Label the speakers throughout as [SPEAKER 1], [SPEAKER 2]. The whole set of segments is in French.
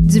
[SPEAKER 1] Du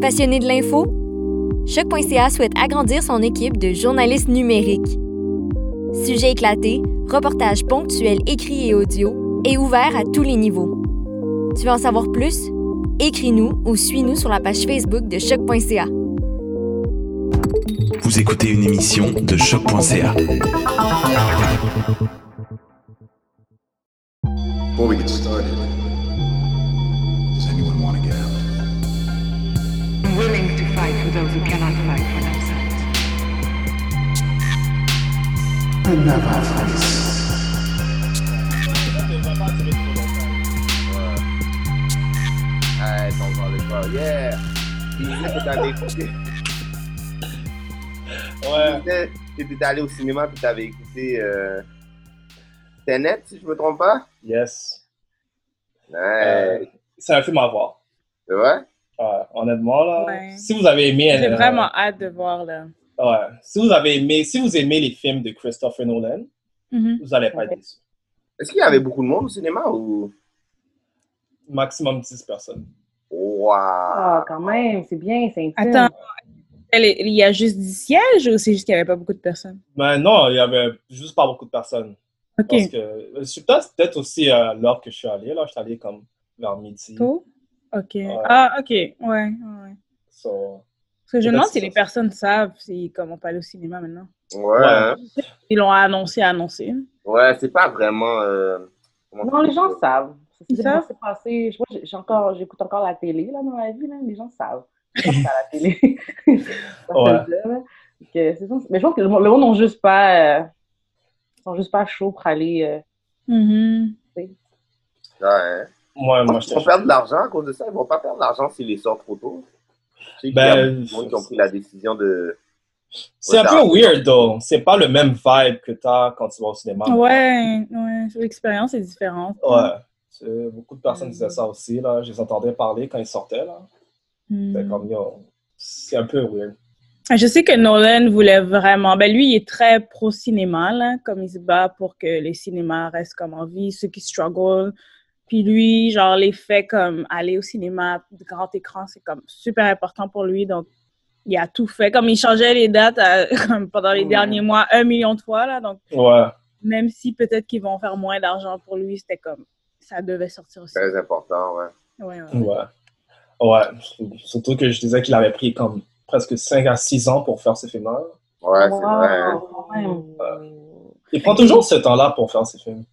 [SPEAKER 1] Passionné de l'info? Choc.ca souhaite agrandir son équipe de journalistes numériques. Sujets éclatés, reportages ponctuels écrits et audio est ouvert à tous les niveaux. Tu veux en savoir plus? Écris-nous ou suis-nous sur la page Facebook de Choc.ca.
[SPEAKER 2] Vous écoutez une émission de choc.ca.
[SPEAKER 3] Before we get started, does anyone want to get out?
[SPEAKER 4] willing to fight for those who cannot fight for themselves.
[SPEAKER 5] Hey, ton genre de corps, yeah! Bisous, t'es allé écouter. Ouais. T'étais allé au cinéma puis t'avais écouté euh... Tenet, si je me trompe pas?
[SPEAKER 6] Yes.
[SPEAKER 5] Ouais.
[SPEAKER 6] Euh, C'est un film à voir.
[SPEAKER 5] C'est vrai?
[SPEAKER 6] Ouais, honnêtement, là.
[SPEAKER 7] Ouais.
[SPEAKER 6] Si vous avez aimé.
[SPEAKER 7] J'ai
[SPEAKER 6] euh,
[SPEAKER 7] vraiment hâte de voir, là.
[SPEAKER 6] ouais. Si vous avez aimé, si vous aimez les films de Christopher Nolan,
[SPEAKER 7] Mm-hmm.
[SPEAKER 6] vous n'allez pas être déçus.
[SPEAKER 5] Est-ce qu'il y avait beaucoup de monde au cinéma ou.
[SPEAKER 6] Maximum 10 personnes.
[SPEAKER 5] Waouh!
[SPEAKER 8] Ah, quand même, c'est bien, c'est intime.
[SPEAKER 7] Attends, elle est- il y a juste 10 sièges ou c'est juste qu'il n'y avait pas beaucoup de personnes?
[SPEAKER 6] Mais Ben non, il y avait juste pas beaucoup de personnes.
[SPEAKER 7] OK,
[SPEAKER 6] Parce que euh, je suis peut-être, c'est peut-être aussi euh, l'heure que je suis allé. Là, je suis allé comme vers midi.
[SPEAKER 7] cool. OK. Ah, OK, ouais, ouais. ouais.
[SPEAKER 6] So,
[SPEAKER 7] Parce que je
[SPEAKER 6] Là,
[SPEAKER 7] me demande
[SPEAKER 6] c'est
[SPEAKER 7] si les
[SPEAKER 6] ça.
[SPEAKER 7] personnes savent si, comment on peut aller au cinéma maintenant.
[SPEAKER 5] Ouais, hein.
[SPEAKER 7] Ils l'ont annoncé, annoncé.
[SPEAKER 5] ouais c'est pas vraiment. euh, comment
[SPEAKER 8] Non, les gens savent.
[SPEAKER 7] Ils
[SPEAKER 8] C'est
[SPEAKER 7] savent?
[SPEAKER 8] passé. passé. Je- Moi, j'ai- j'ai encore, j'écoute encore la télé là, dans la vie. Là. Les gens savent. Ils savent que c'est à la télé. Ils savent ça, là. Donc, euh, c'est ça. Mais je pense que le monde le monde n'ont juste pas. euh, sont juste pas chaud pour aller. euh,
[SPEAKER 7] Mhm.
[SPEAKER 5] Ouais, hein.
[SPEAKER 6] moi,
[SPEAKER 5] Ils
[SPEAKER 6] moi,
[SPEAKER 5] vont
[SPEAKER 6] j'étais.
[SPEAKER 5] perdre de l'argent à cause de ça. Ils vont pas perdre de l'argent s'ils les sortent trop tôt. Je sais qu'il y a
[SPEAKER 6] Ben,
[SPEAKER 5] beaucoup de monde qui ont pris la décision de.
[SPEAKER 6] C'est un peu weird, though. C'est pas le même vibe que t'as quand tu vas au cinéma.
[SPEAKER 7] Ouais, ouais. L'expérience est différente.
[SPEAKER 6] Ouais. C'est- Beaucoup de personnes disaient ça aussi. Là. Je les entendais parler quand ils sortaient. Là.
[SPEAKER 7] Mhm.
[SPEAKER 6] C'était comme, yo, c'est un peu weird.
[SPEAKER 7] Je sais que Nolan voulait vraiment. Ben lui, il est très pro cinéma, là, comme il se bat pour que les cinémas restent comme en vie, ceux qui struggle. Puis lui, genre, les faits comme aller au cinéma, grand écran, c'est comme super important pour lui. Donc, il a tout fait. Comme il changeait les dates à- comme pendant les
[SPEAKER 8] Ouais.
[SPEAKER 7] derniers mois, un million de fois, là. Donc,
[SPEAKER 6] Ouais.
[SPEAKER 7] même si peut-être qu'ils vont faire moins d'argent pour lui, c'était comme ça devait sortir aussi.
[SPEAKER 5] Très important, Euh, ouais.
[SPEAKER 7] Ouais, ouais.
[SPEAKER 6] Ouais. Ouais. Surtout que je disais qu'il avait pris comme presque 5 à 6 ans pour faire ce film-là.
[SPEAKER 5] Ouais,
[SPEAKER 8] wow,
[SPEAKER 5] c'est vrai. hein.
[SPEAKER 8] quand même.
[SPEAKER 6] Il prend toujours ce temps-là pour faire ses films.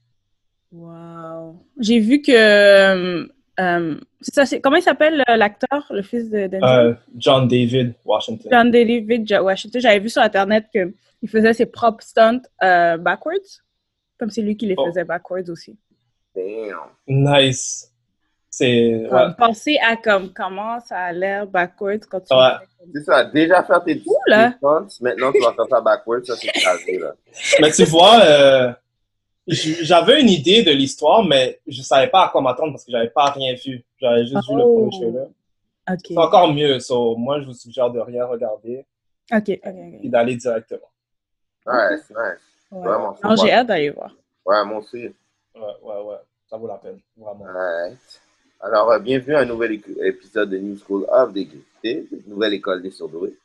[SPEAKER 7] Wow. J'ai vu que. euh, euh, c'est ça, c'est- comment il s'appelle euh, l'acteur, le fils de d'Andrew?
[SPEAKER 6] Euh, John David Washington.
[SPEAKER 7] Mm. John David Jo- Washington. J'avais vu sur Internet qu'il faisait ses propres stunts euh, backwards, comme c'est lui qui les
[SPEAKER 6] Oh.
[SPEAKER 7] faisait backwards aussi.
[SPEAKER 5] Damn.
[SPEAKER 6] Nice. C'est. Ouais.
[SPEAKER 7] Comme, Pensez à comme, comment ça a l'air backwards quand tu
[SPEAKER 6] Ouais.
[SPEAKER 5] C'est ça, déjà faire tes
[SPEAKER 7] Ouh là.
[SPEAKER 5] tes stunts, maintenant tu vas faire ça backwards, ça c'est crasé là.
[SPEAKER 6] Mais tu vois, euh, j- j'avais une idée de l'histoire, mais je savais pas à quoi m'attendre parce que j'avais pas rien vu. J'avais juste vu le
[SPEAKER 7] Oh.
[SPEAKER 6] premier trailer.
[SPEAKER 7] OK.
[SPEAKER 6] C'est encore mieux. So, moi, je vous suggère de rien regarder
[SPEAKER 7] OK, OK, OK.
[SPEAKER 6] et d'aller directement.
[SPEAKER 5] Ouais, c'est vrai.
[SPEAKER 7] Ouais.
[SPEAKER 5] Vraiment, faut
[SPEAKER 7] Non, j'ai
[SPEAKER 5] voir.
[SPEAKER 7] hâte d'aller voir.
[SPEAKER 5] Ouais, moi aussi.
[SPEAKER 6] Ouais, ouais, ouais. Ça vaut la peine, vraiment.
[SPEAKER 5] Ouais. Alors, euh, bienvenue à un nouvel écu- épisode de New School of Dégrité, nouvelle école des surdoués.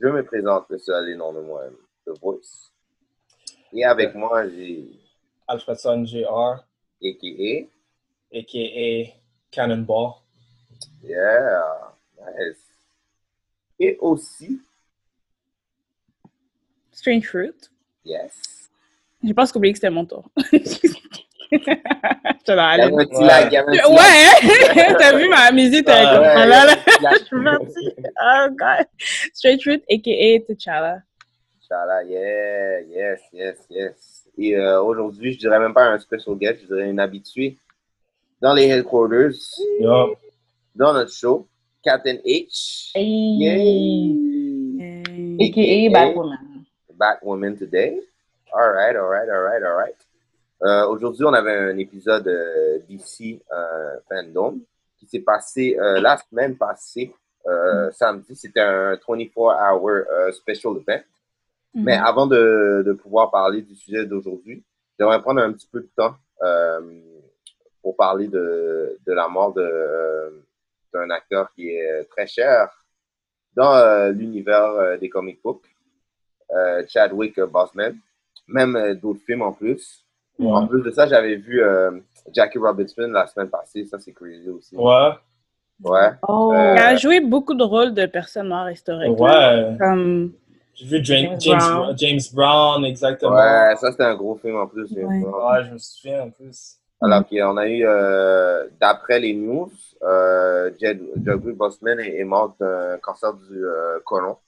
[SPEAKER 5] Je me présente, le seul et non le moi-même, The Voice. Et avec moi, j'ai
[SPEAKER 6] Alfredson Jr.,
[SPEAKER 5] A.K.A.
[SPEAKER 6] a.k.a. Cannonball.
[SPEAKER 5] Yeah, nice. Et aussi,
[SPEAKER 7] Strange Fruit.
[SPEAKER 5] yes.
[SPEAKER 7] J'ai pas oublié que c'était mon tour. Je vais
[SPEAKER 5] Il y
[SPEAKER 7] aller.
[SPEAKER 5] avait un petit
[SPEAKER 6] Ouais.
[SPEAKER 5] lag, il y avait un petit lag.
[SPEAKER 7] Ouais, hein? t'as vu ma musique, t'es
[SPEAKER 6] Ah,
[SPEAKER 7] comme
[SPEAKER 5] ouais,
[SPEAKER 7] oh là là,
[SPEAKER 5] il y a un
[SPEAKER 7] je
[SPEAKER 5] petit
[SPEAKER 7] suis
[SPEAKER 5] lag.
[SPEAKER 7] partie. Oh god. Straight Fruit, aka T'Challa.
[SPEAKER 5] Inch'Allah, yeah, yes, yes, yes. Et euh, aujourd'hui, je dirais même pas un special guest, je dirais une habituée dans les headquarters,
[SPEAKER 6] Yo,
[SPEAKER 5] dans notre show, Captain H.
[SPEAKER 8] Hey!
[SPEAKER 5] Yay!
[SPEAKER 8] AKA Batwoman.
[SPEAKER 5] Batwoman today. All right, all right, all right, all right. Euh, Aujourd'hui, on avait un épisode euh, d'ici euh, Fandom qui s'est passé euh, la semaine passée, euh, samedi. C'était un 24-hour euh, special event.
[SPEAKER 7] Mm.
[SPEAKER 5] Mais
[SPEAKER 6] Mhm.
[SPEAKER 5] avant de, de pouvoir parler du sujet d'aujourd'hui, j'aimerais prendre un petit peu de temps euh, pour parler de, de la mort de, euh, d'un acteur qui est euh, très cher dans euh, l'univers euh, des comic books, euh, Chadwick Boseman, même euh, d'autres films en plus.
[SPEAKER 6] Ouais.
[SPEAKER 5] En plus de ça, j'avais vu euh, Jackie Robinson la semaine passée, ça c'est crazy aussi.
[SPEAKER 6] ouais,
[SPEAKER 5] Ouais.
[SPEAKER 8] Oh!
[SPEAKER 7] Elle
[SPEAKER 5] Euh,
[SPEAKER 7] a joué beaucoup de rôles de personnes noires historiques. là.
[SPEAKER 6] ouais.
[SPEAKER 7] Comme,
[SPEAKER 6] J'ai vu James,
[SPEAKER 8] James
[SPEAKER 6] James,
[SPEAKER 8] Brown.
[SPEAKER 6] Brown. James Brown, exactement.
[SPEAKER 5] Ouais, ça c'était un gros film en plus. j'ai-
[SPEAKER 7] Ouais.
[SPEAKER 6] Ouais, je me souviens en plus.
[SPEAKER 5] Alors qu'on a eu, euh, d'après les news, euh, Jed- Jadwick Boseman est, est mort d'un cancer du euh, côlon.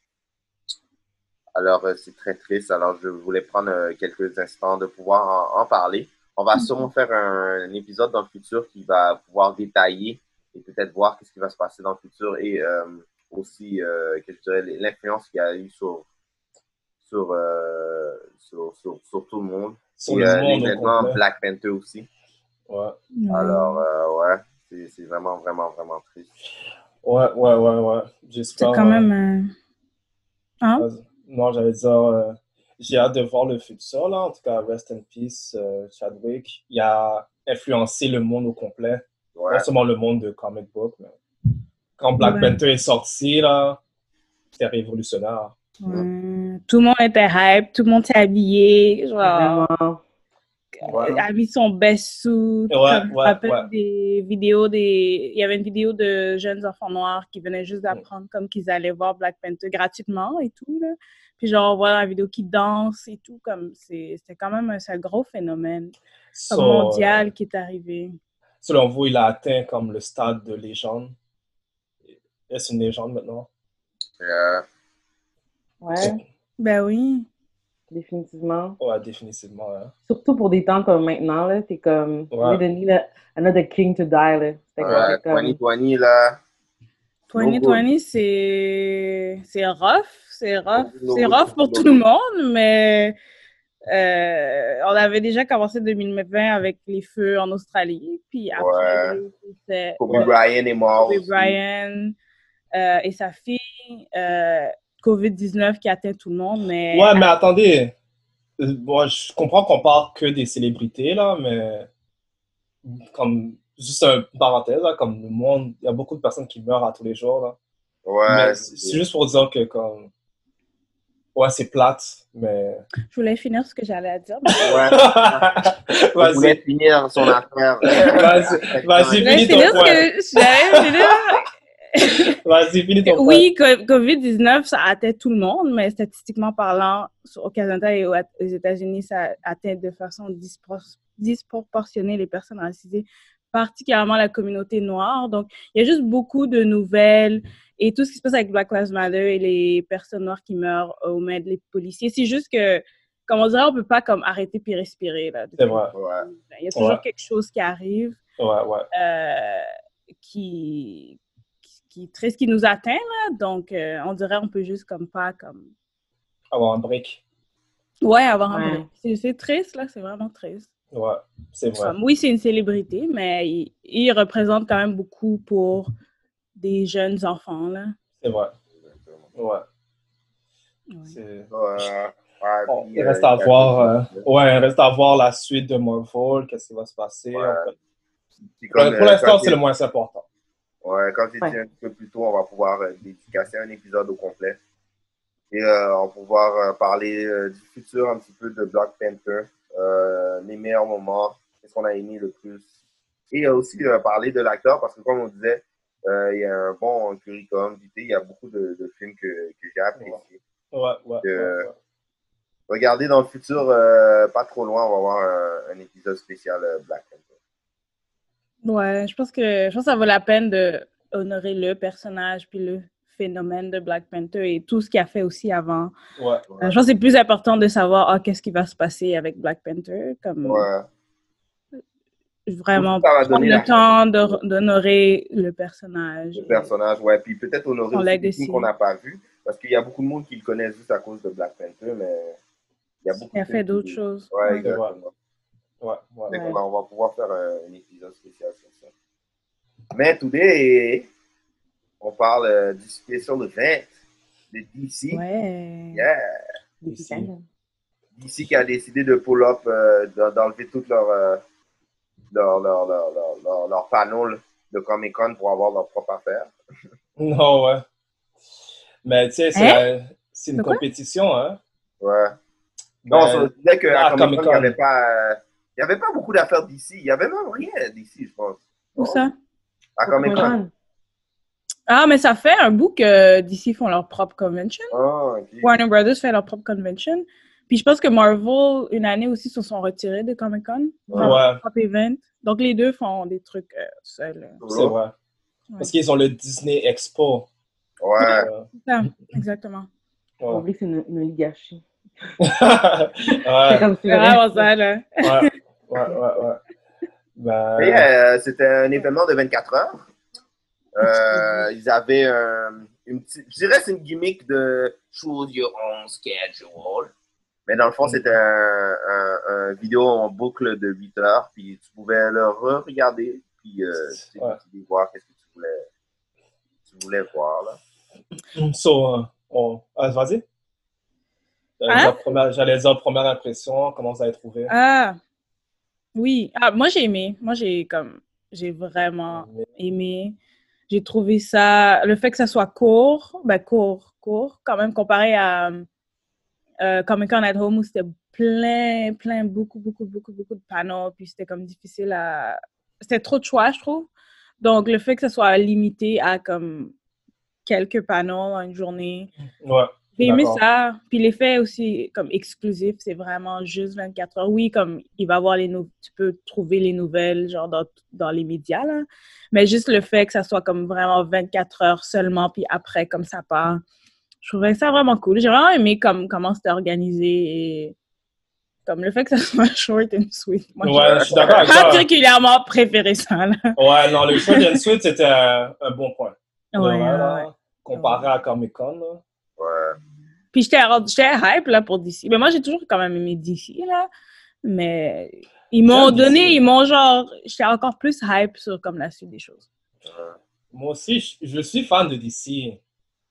[SPEAKER 5] Alors, euh, c'est très triste. Alors, je voulais prendre euh, quelques instants de pouvoir en, en parler. On va sûrement
[SPEAKER 6] Mhm.
[SPEAKER 5] faire un, un épisode dans le futur qui va pouvoir détailler et peut-être voir qu'est-ce qui va se passer dans le futur et euh, aussi, euh, que je dirais, l'influence qu'il y a eu sur, sur, euh, sur, sur, sur tout le monde.
[SPEAKER 6] Sur
[SPEAKER 5] et
[SPEAKER 6] le
[SPEAKER 5] euh,
[SPEAKER 6] monde au
[SPEAKER 5] l'événement
[SPEAKER 6] complet.
[SPEAKER 5] Black Panther aussi.
[SPEAKER 6] Ouais.
[SPEAKER 7] Hmm.
[SPEAKER 5] Alors, euh, ouais, c'est- c'est vraiment, vraiment, vraiment triste.
[SPEAKER 6] Ouais, ouais, ouais, ouais.
[SPEAKER 7] c'est
[SPEAKER 6] J'espère.
[SPEAKER 7] quand
[SPEAKER 6] euh,
[SPEAKER 7] même. euh, Hein?
[SPEAKER 6] vas-y. Non, j'allais dire, euh, j'ai hâte de voir le futur, là. En tout cas, rest in peace, euh, Chadwick. Il a influencé le monde au complet.
[SPEAKER 5] Ouais,
[SPEAKER 6] Pas seulement le monde de comic book, mais quand Black
[SPEAKER 7] Ouais.
[SPEAKER 6] Panther est sorti, là, c'était révolutionnaire.
[SPEAKER 7] Ouais. Tout le monde était hype, tout le monde s'est habillé, genre,
[SPEAKER 8] Vraiment.
[SPEAKER 6] Ouais.
[SPEAKER 7] a mis son best suit.
[SPEAKER 6] Ouais,
[SPEAKER 7] Comme, je me
[SPEAKER 6] ouais,
[SPEAKER 7] rappelle
[SPEAKER 6] ouais.
[SPEAKER 7] des vidéos des... Il y avait une vidéo de jeunes enfants noirs qui venaient juste d'apprendre comme qu'ils allaient voir Black Panther gratuitement et tout, là. Puis genre, on voit la vidéo qui danse et tout, comme c'est c'était quand même un, c'est un gros phénomène comme
[SPEAKER 6] So,
[SPEAKER 7] Ah, mondial qui est arrivé.
[SPEAKER 6] euh, selon vous, il a atteint comme le stade de légende. Est-ce une légende maintenant?
[SPEAKER 5] euh,
[SPEAKER 8] Ouais,
[SPEAKER 7] Ben oui.
[SPEAKER 8] définitivement.
[SPEAKER 6] Ouais, définitivement. hein.
[SPEAKER 8] Surtout pour des temps comme maintenant, là, t'es comme,
[SPEAKER 6] Ouais.
[SPEAKER 8] ouais. donné là, another king to die, là. C'était comme-
[SPEAKER 5] ouais,
[SPEAKER 8] c'était comme,
[SPEAKER 5] 2020, là.
[SPEAKER 7] 2020, c'est c'est rough, c'est rough,
[SPEAKER 5] No
[SPEAKER 7] c'est
[SPEAKER 5] good,
[SPEAKER 7] rough
[SPEAKER 5] no
[SPEAKER 7] pour tout
[SPEAKER 5] good.
[SPEAKER 7] le monde, mais euh, on avait déjà commencé 2020 avec les feux en Australie, puis après, c'était
[SPEAKER 5] Kobe Bryant est mort.
[SPEAKER 7] Kobe
[SPEAKER 5] aussi.
[SPEAKER 7] Bryant euh, et sa fille, euh, COVID-19 qui atteint tout le monde, mais
[SPEAKER 6] Ouais, mais attendez. Euh, Moi, je comprends qu'on parle que des célébrités, là, mais comme juste un parenthèse, là, comme le monde, il y a beaucoup de personnes qui meurent à tous les jours, là.
[SPEAKER 5] Ouais,
[SPEAKER 6] Mais c'est c'est juste pour dire que, comme, ouais, c'est plate, mais.
[SPEAKER 7] je voulais finir ce que j'allais dire.
[SPEAKER 5] ouais. Je
[SPEAKER 6] Vas-y,
[SPEAKER 5] voulais finir son affaire.
[SPEAKER 6] Vas-y, vas-y.
[SPEAKER 7] Je voulais
[SPEAKER 6] Finis ton
[SPEAKER 7] finir ce
[SPEAKER 6] point.
[SPEAKER 7] que j'allais finir.
[SPEAKER 6] vas-y, finis ton
[SPEAKER 7] Oui, co- COVID-19, ça atteint tout le monde, mais statistiquement parlant, sur- au Canada et aux aux États-Unis, ça atteint de façon dispro- disproportionnée les personnes racisées, particulièrement la communauté noire. Donc, il y a juste beaucoup de nouvelles et tout ce qui se passe avec Black Lives Matter et les personnes noires qui meurent aux mains des policiers. C'est juste que, comme on dirait, on peut pas comme arrêter puis respirer. Là,
[SPEAKER 6] C'est vrai.
[SPEAKER 5] Ouais.
[SPEAKER 7] Il y a toujours
[SPEAKER 6] Ouais.
[SPEAKER 7] quelque chose qui arrive
[SPEAKER 6] Ouais, ouais.
[SPEAKER 7] euh, qui, qui, qui est triste, qui nous atteint. Là. Donc, euh, on dirait on peut juste comme pas comme...
[SPEAKER 6] Avoir un break.
[SPEAKER 7] Ouais, avoir un
[SPEAKER 8] Ouais.
[SPEAKER 7] break. C'est- C'est triste, là. C'est vraiment triste.
[SPEAKER 6] Ouais, c'est vrai.
[SPEAKER 7] Comme, oui, c'est une célébrité, mais il, il représente quand même beaucoup pour des jeunes enfants. Là.
[SPEAKER 6] C'est vrai. Ouais. C'est- Bon,
[SPEAKER 5] puis,
[SPEAKER 6] il
[SPEAKER 5] euh,
[SPEAKER 6] reste à
[SPEAKER 5] il y a
[SPEAKER 6] voir.
[SPEAKER 5] tout,
[SPEAKER 6] euh, ouais, il reste à voir la suite de Moonfall, qu'est-ce qui va se passer. en fait.
[SPEAKER 5] Puis
[SPEAKER 6] Pour-
[SPEAKER 5] comme,
[SPEAKER 6] pour
[SPEAKER 5] euh,
[SPEAKER 6] l'instant,
[SPEAKER 5] quand
[SPEAKER 6] c'est
[SPEAKER 5] il-
[SPEAKER 6] le moins important.
[SPEAKER 5] Ouais, comme j'ai dit un petit peu plus tôt, on va pouvoir euh, dédicacer un épisode au complet. Et euh, on va pouvoir euh, parler euh, du futur un petit peu de Black Panther, euh, les meilleurs moments, qu'est-ce qu'on a aimé le plus. Et euh, aussi euh, parler de l'acteur, parce que comme on disait, euh, il y a un bon curriculum vitae, il y a beaucoup de, de films que, que j'ai appréciés.
[SPEAKER 6] Ouais, ouais.
[SPEAKER 5] Que, Regardez dans le futur, euh, pas trop loin, on va avoir un, un épisode spécial euh, Black Panther.
[SPEAKER 7] Ouais, je pense que je pense que ça vaut la peine de honorer le personnage puis le phénomène de Black Panther et tout ce qu'il a fait aussi avant.
[SPEAKER 6] Ouais.
[SPEAKER 7] Euh, Je pense que c'est plus important de savoir ah, qu'est-ce qui va se passer avec Black Panther, comme vraiment
[SPEAKER 5] Ça va
[SPEAKER 7] prendre
[SPEAKER 5] donner
[SPEAKER 7] le
[SPEAKER 5] la-
[SPEAKER 7] temps d'hor- d'honorer le personnage.
[SPEAKER 5] Le personnage, ouais. Puis peut-être honorer
[SPEAKER 7] On
[SPEAKER 5] aussi
[SPEAKER 7] l'a
[SPEAKER 5] des films
[SPEAKER 7] décidé.
[SPEAKER 5] qu'on n'a pas vus, parce qu'il y a beaucoup de monde qui le connaît juste à cause de Black Panther, mais il y a beaucoup.
[SPEAKER 7] Il a
[SPEAKER 5] de
[SPEAKER 7] fait
[SPEAKER 5] films
[SPEAKER 7] d'autres
[SPEAKER 5] qui-
[SPEAKER 7] choses.
[SPEAKER 5] Ouais,
[SPEAKER 7] Ouais.
[SPEAKER 5] exactement.
[SPEAKER 6] Ouais,
[SPEAKER 5] Fait qu'on
[SPEAKER 7] Ouais.
[SPEAKER 5] va- On va pouvoir faire euh, un épisode spécial sur ça. Mais today, on parle euh, du spécial de 20 de DC.
[SPEAKER 7] Ouais.
[SPEAKER 5] Yeah. DC qui a décidé de pull up, euh, d'en- d'enlever tout leur, euh, leur, leur, leur, leur, leur- leur panneau de Comic Con pour avoir leur propre affaire.
[SPEAKER 6] Non, ouais. Mais tu sais, c'est
[SPEAKER 5] Hein?
[SPEAKER 6] la- c'est une
[SPEAKER 5] De quoi?
[SPEAKER 6] compétition, hein?
[SPEAKER 5] Ouais. Non,
[SPEAKER 6] Ben,
[SPEAKER 5] on se disait qu'à
[SPEAKER 6] à
[SPEAKER 5] Comic Con, il n'y
[SPEAKER 6] Comic-Con.
[SPEAKER 5] avait, pas, euh, il y avait pas beaucoup d'affaires d'ici. Il n'y avait même rien d'ici, je pense.
[SPEAKER 7] Où ça?
[SPEAKER 5] À Comic Con.
[SPEAKER 7] Ah, mais ça fait un bout que DC font leur propre convention.
[SPEAKER 5] Ah, ok.
[SPEAKER 7] Warner Brothers fait leur propre convention. Puis je pense que Marvel, une année aussi, se sont retirés de Comic Con.
[SPEAKER 6] Ouais. Ouais.
[SPEAKER 7] Propre event. Donc les deux font des trucs euh, seuls.
[SPEAKER 6] C'est vrai. Parce qu'ils ont le Disney Expo.
[SPEAKER 5] Ouais.
[SPEAKER 7] C'est ça, exactement.
[SPEAKER 8] On oublie que c'est une, une oligarchie.
[SPEAKER 6] Ouais.
[SPEAKER 8] comme si-
[SPEAKER 7] C'est vraiment ça, là.
[SPEAKER 6] Ouais, ouais, ouais. ouais. Ben,
[SPEAKER 5] Mais, euh, c'était un événement de 24 heures. Euh, ils avaient euh, une petite. Je dirais que c'est une gimmick de Choose Your Own Schedule. Mais dans le
[SPEAKER 7] Mm.
[SPEAKER 5] fond, c'était un, un- un vidéo en boucle de 8 heures. Puis tu pouvais le re-regarder. Puis euh, tu
[SPEAKER 6] Ouais.
[SPEAKER 5] pouvais voir qu'est-ce que tu voulais, tu voulais voir. Là.
[SPEAKER 6] so, euh, on- ah, vas-y. Euh,
[SPEAKER 7] Hein?
[SPEAKER 6] la première- J'allais dire première impression, comment vous avez trouvé?
[SPEAKER 7] Ah, oui. Ah, moi, j'ai aimé. Moi, j'ai comme, j'ai vraiment aimé. J'ai trouvé ça, le fait que ça soit court, ben court, court, quand même comparé à euh, Comic Con at Home où c'était plein, plein, beaucoup, beaucoup, beaucoup, beaucoup de panneaux, puis c'était comme difficile à... C'était trop de choix, je trouve. Donc, le fait que ça soit limité à comme quelques panneaux en une journée,
[SPEAKER 6] Ouais.
[SPEAKER 7] j'ai aimé
[SPEAKER 6] d'accord.
[SPEAKER 7] ça. Puis l'effet aussi, comme exclusif, c'est vraiment juste 24 heures. Oui, comme il va avoir les nou- tu peux trouver les nouvelles, genre dans, dans les médias, là. Mais juste le fait que ça soit comme vraiment 24 heures seulement, puis après, comme ça part. Je trouvais ça vraiment cool. J'ai vraiment aimé comme, comment c'était organisé et comme le fait que ça soit short and sweet. Moi,
[SPEAKER 6] Ouais, je suis d'accord avec toi.
[SPEAKER 7] particulièrement préféré ça, là.
[SPEAKER 6] Ouais, non, le show and Sweet, c'était un, un bon point.
[SPEAKER 7] Ouais,
[SPEAKER 6] Vraiment,
[SPEAKER 7] ouais,
[SPEAKER 6] là, Comparé à Comic Con, là.
[SPEAKER 5] Ouais.
[SPEAKER 7] Puis j'étais j'étais hype là pour DC. Mais moi j'ai toujours quand même aimé DC là. Mais ils m'ont
[SPEAKER 6] J'aime
[SPEAKER 7] donné, ils m'ont genre, j'étais encore plus hype sur comme la suite des choses.
[SPEAKER 6] Moi aussi, je, je suis fan de DC.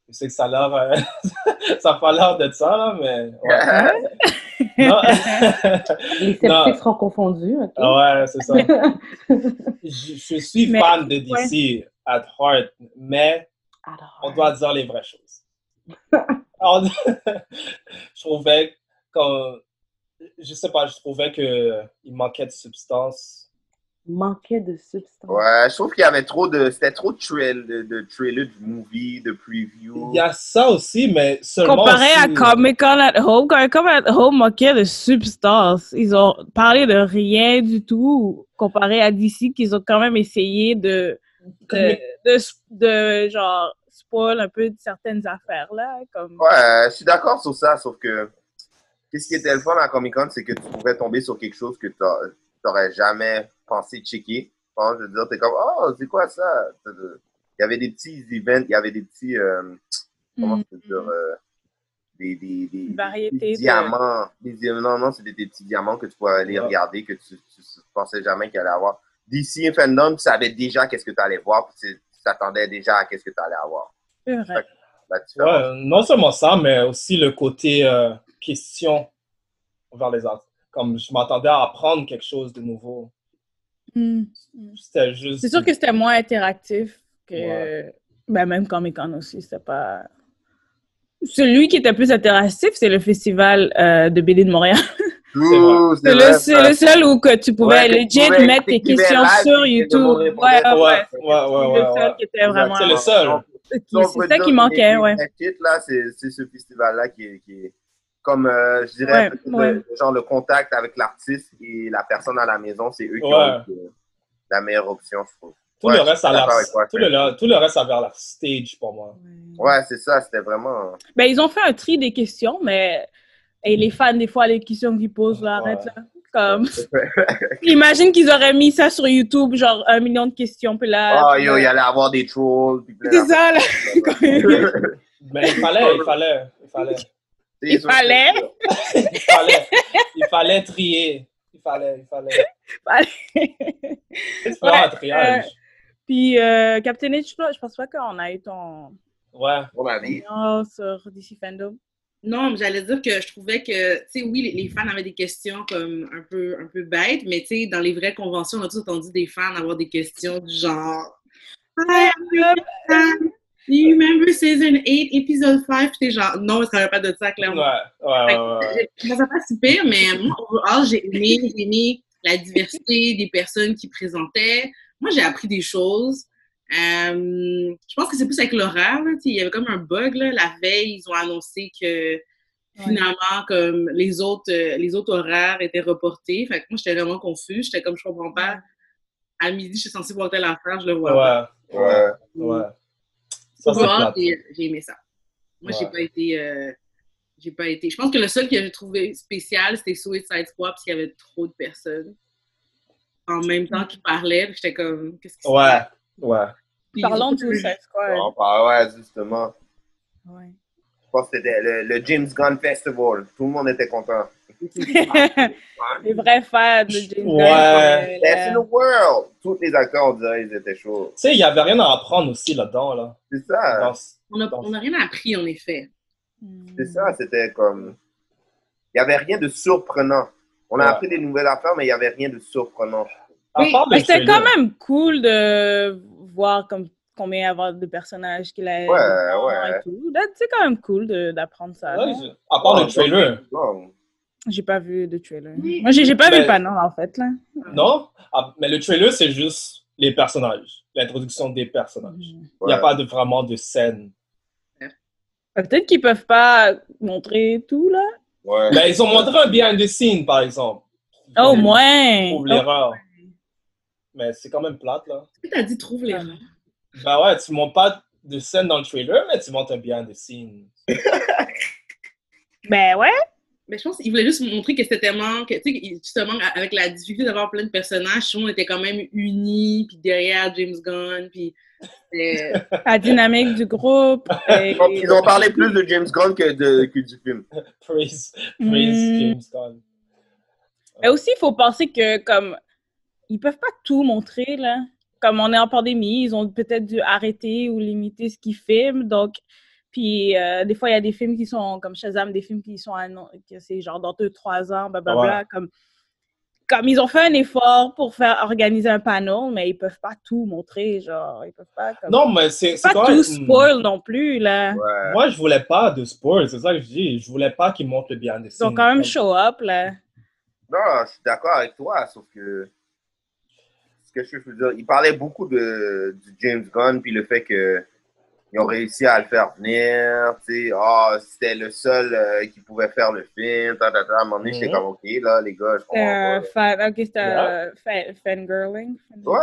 [SPEAKER 6] Je sais que ça a l'air. euh, ça a pas l'air d'être ça, là, mais. ouais. Non.
[SPEAKER 8] Les
[SPEAKER 6] Non.
[SPEAKER 8] sceptiques seront confondus. ok?
[SPEAKER 6] Ah Ouais, c'est ça. je, je suis
[SPEAKER 8] Mais-
[SPEAKER 6] fan de DC at heart, mais on doit dire les vraies choses. On- je trouvais que, je sais pas, je trouvais que il manquait de substance.
[SPEAKER 8] Manquait de substance.
[SPEAKER 5] Ouais, je trouve qu'il y avait trop de. C'était trop de, trail, de, de trailer du movie, de preview.
[SPEAKER 6] Il y a ça aussi, mais seulement. euh,
[SPEAKER 7] Comparé à
[SPEAKER 6] si-
[SPEAKER 7] Comic Con at Home, Comic Con at Home manquait de substance. Ils ont parlé de rien du tout comparé à DC qu'ils ont quand même essayé de de, de, de, genre spoil un peu de certaines affaires là comme
[SPEAKER 5] Ouais, je suis d'accord sur ça, sauf que. Qu'est-ce qui était le fun à Comic Con, c'est que tu pouvais tomber sur quelque chose que t'a- t'aurais jamais pensé checker. Enfin, je veux dire, t'es comme, oh, c'est quoi ça? Il y avait des petits events, il y avait des petits. euh,
[SPEAKER 7] hmm,
[SPEAKER 5] comment je peux dire? euh, des, des, des,
[SPEAKER 7] Mm, une variété
[SPEAKER 5] des
[SPEAKER 7] de
[SPEAKER 5] diamants. Des diamants, non, non, c'était des petits diamants que tu pouvais aller
[SPEAKER 7] Ouais.
[SPEAKER 5] regarder, que tu, tu, tu pensais jamais qu'il allait avoir. D'ici, Fandom, tu savais déjà qu'est-ce que tu allais voir. puis c'est- tu t'attendais déjà à qu'est-ce que tu allais avoir.
[SPEAKER 7] C'est vrai.
[SPEAKER 5] Fait que la différence.
[SPEAKER 6] Ouais, euh, non seulement ça, mais aussi le côté euh, question envers les autres. Comme je m'attendais à apprendre quelque chose de nouveau.
[SPEAKER 7] Mm.
[SPEAKER 6] C'était juste.
[SPEAKER 7] C'est sûr que c'était moins interactif que.
[SPEAKER 6] Ouais.
[SPEAKER 7] Ben, même Comic Con aussi, c'était pas. Celui qui était plus interactif, c'est le festival euh, de BD de Montréal.
[SPEAKER 5] Ouh,
[SPEAKER 7] C'est
[SPEAKER 5] vrai,
[SPEAKER 7] le, c'est
[SPEAKER 5] ça.
[SPEAKER 7] le seul où que tu pouvais
[SPEAKER 5] Ouais, que tu
[SPEAKER 7] legit
[SPEAKER 5] pouvais
[SPEAKER 7] mettre tes
[SPEAKER 5] t'écrire
[SPEAKER 7] questions
[SPEAKER 5] live,
[SPEAKER 7] sur
[SPEAKER 5] puis tout le
[SPEAKER 7] YouTube.
[SPEAKER 5] monde
[SPEAKER 7] Ouais,
[SPEAKER 5] répondait.
[SPEAKER 7] ouais, ouais.
[SPEAKER 6] Ouais, ouais, ouais,
[SPEAKER 7] le
[SPEAKER 6] ouais.
[SPEAKER 7] seul qui était vraiment.
[SPEAKER 6] C'est le seul.
[SPEAKER 7] qui-
[SPEAKER 5] Si on peut
[SPEAKER 7] C'est ça
[SPEAKER 5] dire
[SPEAKER 7] qui
[SPEAKER 5] que
[SPEAKER 7] manquait,
[SPEAKER 5] les-
[SPEAKER 7] ouais.
[SPEAKER 5] les hits, là, c'est c'est ce festival-là qui est, qui est comme, euh, je dirais,
[SPEAKER 7] Ouais,
[SPEAKER 5] peut-être
[SPEAKER 7] ouais.
[SPEAKER 5] le- genre le contact avec l'artiste et la personne à la maison, c'est eux qui
[SPEAKER 6] Ouais.
[SPEAKER 5] ont euh, la meilleure option, je trouve.
[SPEAKER 6] Tout
[SPEAKER 5] Ouais,
[SPEAKER 6] le reste
[SPEAKER 5] je
[SPEAKER 6] à
[SPEAKER 5] suis
[SPEAKER 6] la,
[SPEAKER 5] d'accord avec toi,
[SPEAKER 6] tout le, tout le reste à vers la stage pour moi.
[SPEAKER 5] Ouais, c'est ça, c'était vraiment...
[SPEAKER 7] Ben, ils ont fait un tri des questions, mais et les fans, des fois, les questions qu'ils posent, là,
[SPEAKER 6] Ouais.
[SPEAKER 7] arrête, là. Comme... Imagine qu'ils auraient mis ça sur YouTube, genre un million de questions, puis là...
[SPEAKER 5] Oh, yo, il allait avoir des trolls. puis plein
[SPEAKER 7] Ah, C'est ça, là.
[SPEAKER 5] d'affaires.
[SPEAKER 6] Mais il fallait, il fallait, il fallait,
[SPEAKER 5] C'est
[SPEAKER 7] Il
[SPEAKER 5] sûr,
[SPEAKER 7] fallait.
[SPEAKER 5] c'est sûr.
[SPEAKER 6] il fallait, il fallait trier. Il fallait, il fallait. C'est pas un triage.
[SPEAKER 7] puis euh, Captain H, je pense- je pense pas qu'on a eu ton...
[SPEAKER 6] Ouais.
[SPEAKER 5] Bon, ma vie.
[SPEAKER 7] Non, sur DC Fandom.
[SPEAKER 9] Non, mais j'allais dire que je trouvais que, tu sais, oui, les- les fans avaient des questions comme un peu, un peu bêtes, mais tu sais, dans les vraies conventions, on a tous entendu des fans avoir des questions du genre Hi, I'm your fan. Do you remember season 8, épisode 5? Puis t'es genre, non, ça ne pas de ça,
[SPEAKER 6] Ouais,
[SPEAKER 9] clairement.
[SPEAKER 6] ouais, ouais, ouais.
[SPEAKER 9] Ça n'a pas si pire, mais moi, overall, j'ai aimé, j'ai aimé la diversité des personnes qui présentaient. Moi, j'ai appris des choses. Euh, je pense que c'est plus avec l'horaire. là, tu sais, Il y avait comme un bug. Là. La veille, ils ont annoncé que finalement, comme les autres, euh, les autres horaires étaient reportés. Fait que moi, j'étais vraiment confuse. J'étais comme, je comprends pas. À midi, je suis censée voir telle affaire, je le vois pas.
[SPEAKER 6] Ouais, ouais,
[SPEAKER 5] Ouais.
[SPEAKER 6] ouais. Ça, c'est
[SPEAKER 9] Overall,
[SPEAKER 6] plate.
[SPEAKER 9] j'ai j'ai aimé ça. Moi, j'ai
[SPEAKER 6] Ouais.
[SPEAKER 9] pas été. euh, j'ai pas été. Je pense que le seul que j'ai trouvé spécial, c'était Suicide Squad, parce qu'il y avait trop de personnes en même temps qui parlaient. puis J'étais comme, qu'est-ce qui se
[SPEAKER 6] Ouais,
[SPEAKER 9] passe?
[SPEAKER 6] ouais.
[SPEAKER 9] Puis-
[SPEAKER 7] Parlons de Suicide Squad.
[SPEAKER 5] On parlait, ouais, justement.
[SPEAKER 7] Ouais.
[SPEAKER 5] Je pense que c'était le, le James Gunn Festival. Tout le monde était content.
[SPEAKER 7] les vrais fans de James Gunn,
[SPEAKER 6] Ouais. Ben,
[SPEAKER 7] euh,
[SPEAKER 5] That's in the world! Tous les acteurs, on dirait, ils étaient chauds.
[SPEAKER 6] Tu sais, il n'y avait rien à apprendre aussi là-dedans, là.
[SPEAKER 5] C'est ça.
[SPEAKER 6] Dans-
[SPEAKER 9] On a, on a rien appris, en effet.
[SPEAKER 7] Hmm.
[SPEAKER 5] C'est ça, c'était comme. Il n'y avait rien de surprenant. On a
[SPEAKER 6] Ouais.
[SPEAKER 5] appris des nouvelles affaires, mais il n'y avait rien de surprenant.
[SPEAKER 6] à
[SPEAKER 9] Oui,
[SPEAKER 6] part le
[SPEAKER 7] Mais c'était
[SPEAKER 6] trailer.
[SPEAKER 7] quand même cool de voir comme combien il y avait de personnages qu'il a
[SPEAKER 5] Ouais,
[SPEAKER 7] dedans
[SPEAKER 5] ouais.
[SPEAKER 7] et tout. Là, C'est quand même cool de- d'apprendre ça.
[SPEAKER 6] Ouais,
[SPEAKER 7] non?
[SPEAKER 6] je- à part
[SPEAKER 7] Ah,
[SPEAKER 5] Ouais,
[SPEAKER 6] le trailer.
[SPEAKER 5] Bon.
[SPEAKER 7] J'ai pas vu de trailer.
[SPEAKER 9] Oui.
[SPEAKER 7] Moi, j'ai j'ai pas
[SPEAKER 6] Ben-
[SPEAKER 7] vu pas non en fait. Là.
[SPEAKER 6] Non? Ah, mais le trailer, c'est juste les personnages. L'introduction des personnages. Il n'y a
[SPEAKER 5] Ouais.
[SPEAKER 6] pas de, vraiment de scène.
[SPEAKER 7] Peut-être qu'ils peuvent pas montrer tout, là.
[SPEAKER 5] Ouais.
[SPEAKER 6] Mais Ben, ils ont montré un behind the scene, par exemple.
[SPEAKER 7] Au
[SPEAKER 6] Pour
[SPEAKER 7] moins!
[SPEAKER 6] l'erreur. Mais c'est quand même plate, là.
[SPEAKER 9] Tu as dit, trouve
[SPEAKER 7] Ah.
[SPEAKER 9] les rangs.
[SPEAKER 6] Ben ouais, tu montes pas de scène dans le trailer, mais tu montes un behind the scene.
[SPEAKER 7] Ben ouais!
[SPEAKER 9] Mais je pense qu'ils voulaient juste montrer que c'était tellement. Que, tu sais, qu'ils- justement, a- avec la difficulté d'avoir plein de personnages, tout le monde était quand même unis, puis derrière James Gunn, puis. euh, c'était-
[SPEAKER 7] La dynamique du groupe. et-
[SPEAKER 5] Ils ont parlé plus de James Gunn que, de, que du film.
[SPEAKER 6] Praise,
[SPEAKER 7] Hmm.
[SPEAKER 6] praise James Gunn.
[SPEAKER 7] Mais aussi, il faut penser que, comme, ils peuvent pas tout montrer, là. Comme on est en pandémie, ils ont peut-être dû arrêter ou limiter ce qu'ils filment. Donc, puis, euh, des fois, il y a des films qui sont, comme Shazam, des films qui sont, annon- que c'est genre dans deux, trois ans,
[SPEAKER 5] Ah
[SPEAKER 7] blablabla. Comme, comme ils ont fait un effort pour faire organiser un panel, mais ils peuvent pas tout montrer, genre. Ils peuvent pas, comme,
[SPEAKER 6] Non, mais c'est c'est Hmm.
[SPEAKER 7] pas
[SPEAKER 6] quand
[SPEAKER 7] tout
[SPEAKER 6] même...
[SPEAKER 7] spoil non plus, là.
[SPEAKER 5] Ouais.
[SPEAKER 6] Moi, je voulais pas de spoil, c'est ça que je dis. Je voulais pas qu'ils montrent le behind the
[SPEAKER 7] Ils
[SPEAKER 6] scene.
[SPEAKER 7] ont quand même show up, là.
[SPEAKER 5] Non, je suis d'accord avec toi, sauf que. Ce que je veux dire, il parlait beaucoup de, du James Gunn, puis le fait que. Ils ont réussi à le faire venir, tu sais, ah, c'était le seul euh, qui pouvait faire le film, ta, ta, ta. à un moment donné, j'étais
[SPEAKER 6] Mhm.
[SPEAKER 5] comme, OK, là, les gars, je comprends
[SPEAKER 7] C'est un
[SPEAKER 5] pas.
[SPEAKER 7] fan, ok, c'est un
[SPEAKER 6] Yeah.
[SPEAKER 7] fan- fangirling.
[SPEAKER 5] Ouais,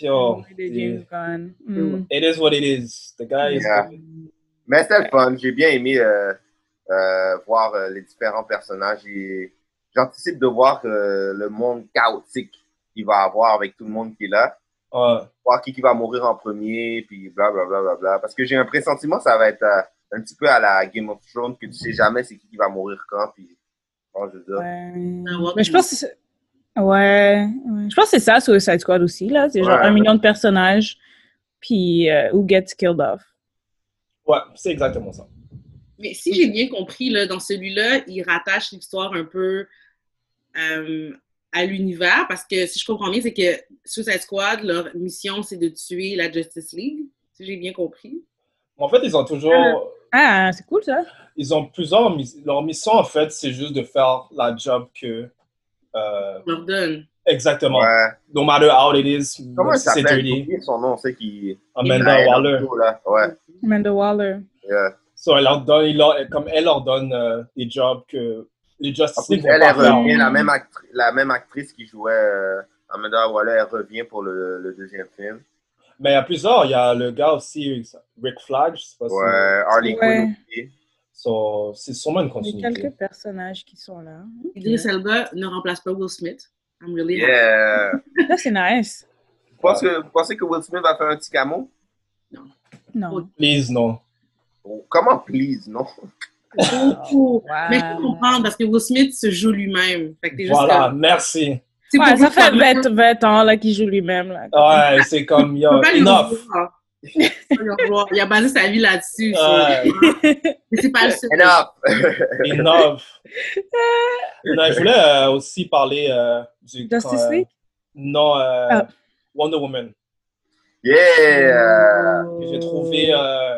[SPEAKER 6] Yo,
[SPEAKER 7] de James Gunn. Mm.
[SPEAKER 6] It is what it is. The guy is
[SPEAKER 5] Yeah. Mais c'était le fun. J'ai bien aimé euh, euh, voir euh, les différents personnages. Et J'anticipe de voir euh, le monde chaotique qu'il va avoir avec tout le monde qui est là.
[SPEAKER 6] Ouais.
[SPEAKER 5] Voir qui, qui va mourir en premier, puis blablabla. Bla, bla, bla. Parce que j'ai un pressentiment que ça va être euh, un petit peu à la Game of Thrones, que tu sais jamais c'est qui qui va mourir quand. Puis, bon, je veux dire,
[SPEAKER 7] Ouais. Mais je pense que c'est- ouais, ouais. je pense que c'est ça Suicide Squad aussi là, c'est genre
[SPEAKER 5] Ouais.
[SPEAKER 7] un million de personnages. puis euh, who gets killed off.
[SPEAKER 6] Ouais, c'est exactement ça.
[SPEAKER 9] Mais si j'ai bien compris, là, dans celui-là, il rattache l'histoire un peu euh, à l'univers, parce que si je comprends bien, c'est que Suicide Squad, leur mission, c'est de tuer la Justice League, si j'ai bien compris.
[SPEAKER 6] En fait, ils ont toujours...
[SPEAKER 7] Ah, c'est cool ça.
[SPEAKER 6] Ils ont plusieurs missions. Leur mission, en fait, c'est juste de faire la job que. Euh,
[SPEAKER 9] leur donne.
[SPEAKER 6] Exactement. Ouais. No matter how it is.
[SPEAKER 5] Comment ça si s'appelle J'ai son nom, c'est qui.
[SPEAKER 6] Amanda Waller. Dos,
[SPEAKER 5] là. Ouais. euh,
[SPEAKER 7] Amanda Waller.
[SPEAKER 5] Yeah.
[SPEAKER 6] So, elle leur donne, il leur, comme elle leur donne euh, des jobs que les Justice
[SPEAKER 5] League. Elle, elle revient, la même, actrice, la même actrice qui jouait euh, Amanda Waller, elle revient pour le, le deuxième film.
[SPEAKER 6] Mais il y a plusieurs. Il y a le gars aussi, Rick Flag, je sais pas si.
[SPEAKER 5] Ouais, Harley Quinn
[SPEAKER 6] ouais. so, c'est sûrement une continuité.
[SPEAKER 7] Il y a quelques personnages qui sont là.
[SPEAKER 9] Idris okay. Elba ne remplace pas Will Smith. I'm really
[SPEAKER 5] yeah.
[SPEAKER 7] Ça, c'est nice.
[SPEAKER 5] Vous pensez, que, vous pensez, que, Will Smith va faire un petit camo?
[SPEAKER 9] Non.
[SPEAKER 7] Non.
[SPEAKER 6] Please, non.
[SPEAKER 5] Oh, comment please, non?
[SPEAKER 9] Oh, wow.
[SPEAKER 7] Ah.
[SPEAKER 9] Mais je peux comprendre parce que Will Smith se joue lui-même.
[SPEAKER 6] Voilà, comme... merci.
[SPEAKER 7] Ouais, ça fait 20, 20 ans là qu'il joue lui-même.
[SPEAKER 6] Là. Ouais, c'est comme, yo, Euh, enough.
[SPEAKER 9] Il a basé sa vie là-dessus. Ouais. Mais c'est pas le seul.
[SPEAKER 6] Enough. enough. non, je voulais euh, aussi parler euh, du...
[SPEAKER 7] Justice
[SPEAKER 6] Euh,
[SPEAKER 7] League?
[SPEAKER 6] non, oh. Wonder Woman.
[SPEAKER 5] Yeah!
[SPEAKER 7] Oh.
[SPEAKER 6] J'ai trouvé euh,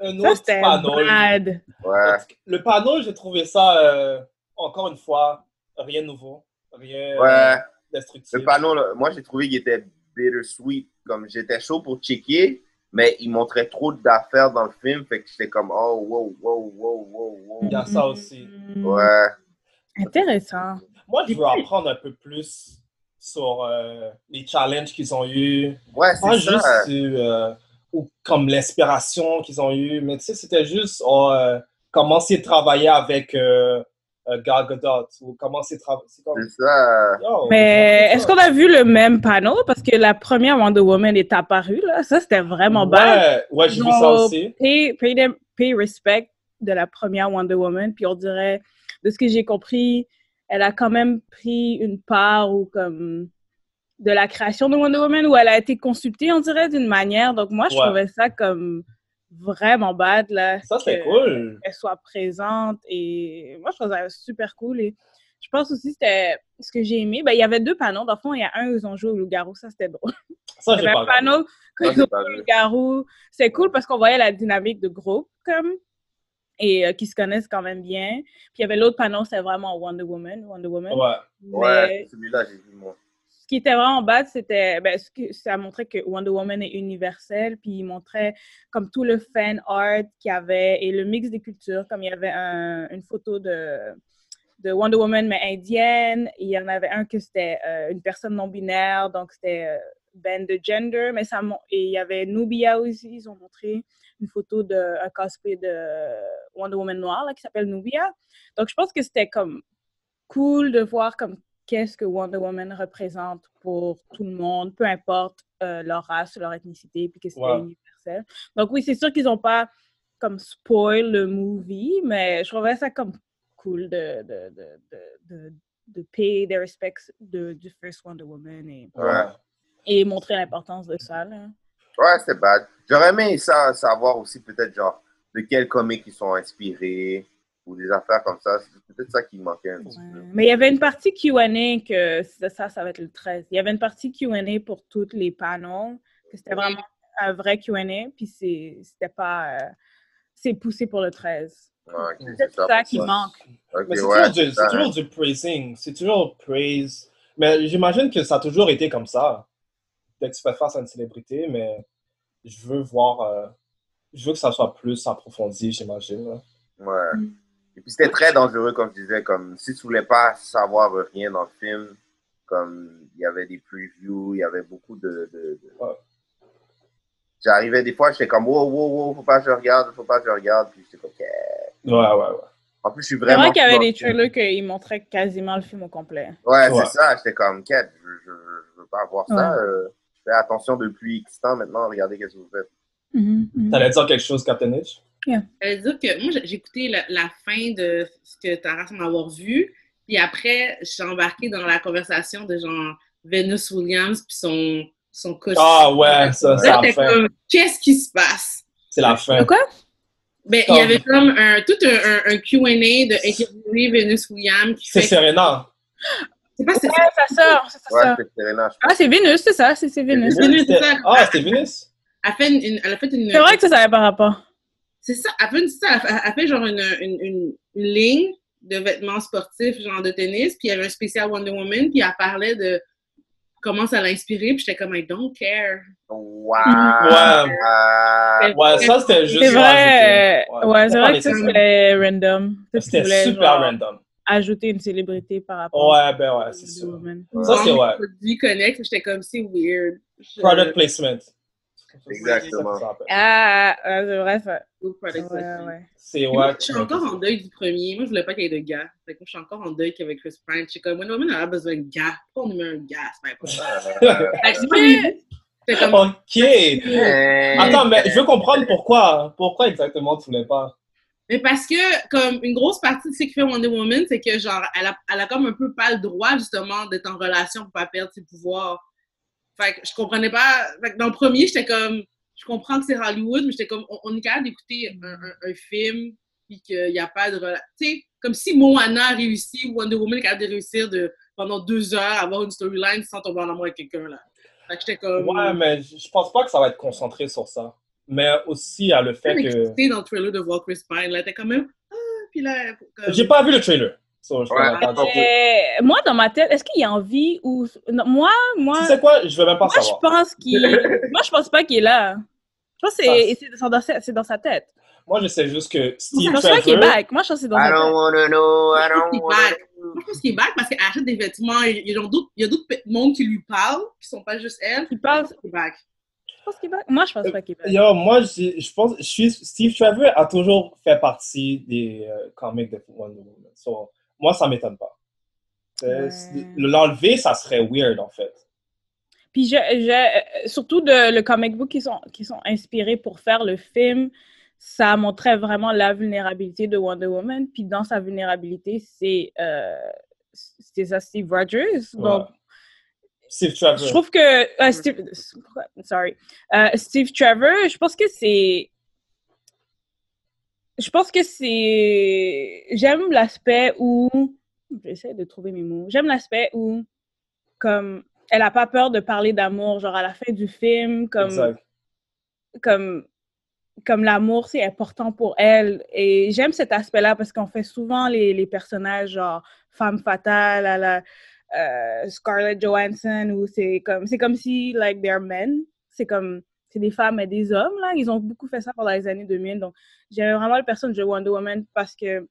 [SPEAKER 6] un autre ça, panneau. Euh,
[SPEAKER 7] Bad.
[SPEAKER 5] Ouais.
[SPEAKER 6] Le panneau, j'ai trouvé ça, euh, encore une fois, rien de nouveau. Rien euh,
[SPEAKER 5] ouais. Le panneau, là, moi, j'ai trouvé qu'il était bittersweet. Comme j'étais chaud pour checker, mais il montrait trop d'affaires dans le film. Fait que j'étais comme, oh, wow, wow, wow, wow, wow.
[SPEAKER 6] Il y a ça aussi.
[SPEAKER 5] Ouais.
[SPEAKER 7] Mm-hmm. Intéressant.
[SPEAKER 6] Moi, je veux apprendre un peu plus sur euh, les challenges qu'ils ont eus.
[SPEAKER 5] Ouais,
[SPEAKER 7] Ah,
[SPEAKER 5] c'est ça.
[SPEAKER 6] juste sur, euh, ou comme l'inspiration qu'ils ont eue. Mais tu sais, c'était juste oh, euh, commencer à travailler avec. euh, Gal Gadot ou comment c'est travaillé. Comme...
[SPEAKER 5] ça.
[SPEAKER 6] Yo,
[SPEAKER 7] mais est-ce qu'on a vu le même panneau? Parce que la première Wonder Woman est apparue, là. Ça, c'était vraiment
[SPEAKER 6] ouais,
[SPEAKER 7] bad.
[SPEAKER 6] Ouais, j'ai vu ça aussi.
[SPEAKER 7] Pay, pay, them, pay, respect de la première Wonder Woman. Puis on dirait, de ce que j'ai compris, elle a quand même pris une part ou comme de la création de Wonder Woman où elle a été consultée, on dirait, d'une manière. Donc moi, je ouais. trouvais ça comme vraiment bad là.
[SPEAKER 6] Ça c'est cool.
[SPEAKER 7] Elle soit présente et moi je trouve ça super cool et je pense aussi c'était ce que j'ai aimé. Ben il y avait deux panneaux. Dans le fond il y a un où ils ont joué au loup-garou, ça c'était drôle.
[SPEAKER 6] Ça
[SPEAKER 7] j'ai pas. Un panneau où ils ont joué au loup-garou. C'est cool parce qu'on voyait la dynamique de groupe comme et euh, qui se connaissent quand même bien. Puis il y avait l'autre panneau c'est vraiment Wonder Woman, Wonder Woman.
[SPEAKER 6] Ouais.
[SPEAKER 7] Mais...
[SPEAKER 5] Ouais, celui-là j'ai vu moi
[SPEAKER 7] qui était vraiment bad, c'était ben, ce que, ça montrait que Wonder Woman est universelle, puis il montrait comme tout le fan art qu'il y avait et le mix des cultures, comme il y avait un, une photo de, de Wonder Woman mais indienne, et il y en avait un que c'était euh, une personne non binaire, donc c'était euh, ben de gender, mais ça et il y avait Nubia aussi, ils ont montré une photo d'un cosplay de Wonder Woman noire là, qui s'appelle Nubia. Donc je pense que c'était comme cool de voir comme qu'est-ce que Wonder Woman représente pour tout le monde, peu importe euh, leur race, leur ethnicité, puis que c'est wow. universel. Donc oui, c'est sûr qu'ils n'ont pas comme spoil le movie, mais je trouvais ça comme cool de, de, de, de payer des respects du first Wonder Woman et,
[SPEAKER 5] ouais.
[SPEAKER 7] et montrer l'importance de ça. Là.
[SPEAKER 5] Ouais, c'est bad. J'aurais aimé ça, savoir aussi peut-être genre de quel comic ils sont inspirés ou des affaires comme ça. C'est peut-être ça qui manquait un petit ouais. peu.
[SPEAKER 7] Mais il y avait une partie Q&A que ça, ça va être le 13. Il y avait une partie Q&A pour tous les panneaux. C'était vraiment un vrai Q&A, puis c'était pas... Euh, c'est poussé pour le 13.
[SPEAKER 5] Ah, okay,
[SPEAKER 7] c'est ça, ça qui ça. manque.
[SPEAKER 6] Okay, c'est ouais, toujours, toujours, du praising. C'est toujours praise. Mais j'imagine que ça a toujours été comme ça. Dès que tu fais face à une célébrité, mais je veux voir... Euh, je veux que ça soit plus approfondi, j'imagine.
[SPEAKER 5] Ouais. Mm. Et puis c'était très dangereux, comme je disais, comme si tu voulais pas savoir rien dans le film, comme il y avait des previews, il y avait beaucoup de. de, de...
[SPEAKER 6] Ouais.
[SPEAKER 5] J'arrivais des fois, j'étais comme wow, wow, wow, faut pas que je regarde, faut pas que je regarde, puis j'étais comme ok.
[SPEAKER 6] Ouais, ouais, ouais.
[SPEAKER 5] En plus, je suis vraiment.
[SPEAKER 7] C'est vrai qu'il y avait des trailers qu'ils montraient quasiment le film au complet.
[SPEAKER 5] Ouais, ouais. c'est ça, j'étais comme quête, je, je, je, veux pas voir ouais. ça. Euh, fais attention depuis X temps maintenant, regardez qu'est-ce que vous faites.
[SPEAKER 7] Mm -hmm, mm -hmm.
[SPEAKER 6] T'allais dire quelque chose, Captain Hitch?
[SPEAKER 7] Yeah.
[SPEAKER 9] Elle veut dire que moi, j'ai écouté la, la, fin de ce que Tara semble avoir vu, puis après, j'ai embarqué dans la conversation de genre Venus Williams, puis son, son costume.
[SPEAKER 6] Ah ouais, ça, c'est
[SPEAKER 9] Là,
[SPEAKER 6] la
[SPEAKER 9] t'es
[SPEAKER 6] fin.
[SPEAKER 9] comme, qu'est-ce qui se passe?
[SPEAKER 6] C'est la fin.
[SPEAKER 9] Ben, il y avait comme un, tout un, un- un Q&A de interviewer Venus Williams qui
[SPEAKER 6] C'est
[SPEAKER 9] fait...
[SPEAKER 6] Serena.
[SPEAKER 9] C'est pas c'est
[SPEAKER 7] Ouais, sa sœur, c'est sa
[SPEAKER 5] Ouais,
[SPEAKER 7] sœur.
[SPEAKER 5] c'est Serena, je
[SPEAKER 7] Ah, c'est Vénus, c'est ça, c'est c'est Vénus.
[SPEAKER 9] C'est Vénus, c'est ça.
[SPEAKER 6] Ah, c'était Venus?
[SPEAKER 9] Elle, fait une- une- elle a fait une...
[SPEAKER 7] C'est vrai que ça, ça avait pas rapport.
[SPEAKER 9] C'est ça, elle fait, une, ça, elle fait- elle fait genre une, une, une- une ligne de vêtements sportifs, genre de tennis, puis il y avait un spécial Wonder Woman, puis elle parlait de comment ça l'a inspirée, puis j'étais comme, I don't care.
[SPEAKER 5] Wow!
[SPEAKER 6] Ouais. Ouais, ça, c'était juste.
[SPEAKER 7] C'est vrai,
[SPEAKER 6] rajouté.
[SPEAKER 7] ouais, c'est vrai que ça,
[SPEAKER 6] C'était-
[SPEAKER 7] c'était random. Tu sais, tu
[SPEAKER 6] C'était
[SPEAKER 7] voulais,
[SPEAKER 6] super
[SPEAKER 7] genre,
[SPEAKER 6] random.
[SPEAKER 7] Ajouter une célébrité par rapport.
[SPEAKER 6] Ouais, ben ouais, c'est sûr. Ça, c'est ouais.
[SPEAKER 9] produit connect, puis j'étais comme, c'est weird. Je-
[SPEAKER 6] Product placement.
[SPEAKER 5] Exactement.
[SPEAKER 7] Ah, ouais, c'est vrai, ça.
[SPEAKER 9] Ou product
[SPEAKER 7] Ouais,
[SPEAKER 9] placement.
[SPEAKER 7] ouais.
[SPEAKER 6] C'est
[SPEAKER 9] Mais moi,
[SPEAKER 6] ouais.
[SPEAKER 9] Je suis encore en deuil du premier. Moi, je voulais pas qu'il y ait de gars. Fait que moi, je suis encore en deuil qu'avec Chris Pine. Je suis comme, Wonder Woman, elle a besoin de gars. Pourquoi on met un gars? C'est pas
[SPEAKER 6] Euh,
[SPEAKER 9] Fait que moi, j'ai- j'étais comme,
[SPEAKER 5] euh,
[SPEAKER 6] Ok. Attends, mais je veux comprendre pourquoi. Pourquoi exactement tu voulais pas?
[SPEAKER 9] Mais parce que, comme, une grosse partie de ce qui fait Wonder Woman, c'est que, genre, elle a, elle a comme un peu pas le droit, justement, d'être en relation pour pas perdre ses pouvoirs. Fait que je comprenais pas. Fait que dans le premier, j'étais comme, je comprends que c'est Hollywood, mais j'étais comme, on, on est capable d'écouter un, un- un film, puis qu'il n'y a pas de relation. Tu sais, comme si Moana a réussi, ou Wonder Woman est capable de réussir de, pendant deux heures, avoir une storyline sans tomber en amour avec quelqu'un, là. Fait que j'étais comme.
[SPEAKER 6] Ouais, mais je je pense pas que ça va être concentré sur ça. Mais aussi à le fait
[SPEAKER 9] Même
[SPEAKER 6] que.
[SPEAKER 9] excité dans le trailer de voir Chris Pine, là, t'es quand même. Ah, puis là, comme-
[SPEAKER 6] J'ai pas vu le trailer. So, je peux
[SPEAKER 5] Ouais.
[SPEAKER 6] pas dire.
[SPEAKER 7] Euh, moi, dans ma tête, est-ce qu'il y a envie ou. non, moi, moi.
[SPEAKER 6] Tu sais quoi? Je veux même pas
[SPEAKER 7] Moi, je
[SPEAKER 6] savoir.
[SPEAKER 7] pense qu'il. moi, je pense pas qu'il est là. Je pense que c'est- c'est dans, sa- c'est dans sa tête.
[SPEAKER 6] Moi, je sais juste que
[SPEAKER 7] Je
[SPEAKER 6] Steve
[SPEAKER 7] pense pas qu'il est
[SPEAKER 6] Trevor.
[SPEAKER 7] back. Moi, je pense que c'est dans
[SPEAKER 5] I
[SPEAKER 7] sa
[SPEAKER 5] don't
[SPEAKER 7] tête.
[SPEAKER 5] wanna know,
[SPEAKER 7] ben,
[SPEAKER 5] I
[SPEAKER 9] Je pense
[SPEAKER 5] don't
[SPEAKER 9] qu'il est
[SPEAKER 5] wanna
[SPEAKER 9] back. Moi, je pense qu'il est back parce qu'elle achète des vêtements. Il y a genre d'autres- il y a d'autres pe- monde qui lui parlent, qui sont pas juste elle.
[SPEAKER 7] Il parle-
[SPEAKER 9] Il est back.
[SPEAKER 7] Je pense qu'il est back. Moi, je pense pas qu'il est back.
[SPEAKER 6] Yo, moi, je, je pense, je suis, Steve Trevor a toujours fait partie des euh, comics de Wonder Woman. So, moi, ça m'étonne pas. Euh, c'est- L'enlever, ça serait weird, en fait.
[SPEAKER 7] Puis je, je- euh, surtout de, le comic book qui sont, qui sont inspirés pour faire le film, ça montrait vraiment la vulnérabilité de Wonder Woman. Puis dans sa vulnérabilité, c'est euh, c'est ça, Steve Rogers. Donc,
[SPEAKER 6] Ouais. Steve Trevor.
[SPEAKER 7] je trouve que euh, Steve, sorry, Euh, Steve Trevor, je pense que c'est, je pense que c'est, j'aime l'aspect où, j'essaie de trouver mes mots, j'aime l'aspect où, comme, elle a pas peur de parler d'amour, genre à la fin du film, comme,
[SPEAKER 6] Exact.
[SPEAKER 7] comme comme l'amour, c'est important pour elle. Et j'aime cet aspect-là parce qu'on fait souvent les, les personnages genre femme fatale à la euh, Scarlett Johansson où c'est comme c'est comme si like they're men, c'est comme c'est des femmes et des hommes là, ils ont beaucoup fait ça pendant les années 2000. Donc j'aime vraiment le personnage de Wonder Woman parce que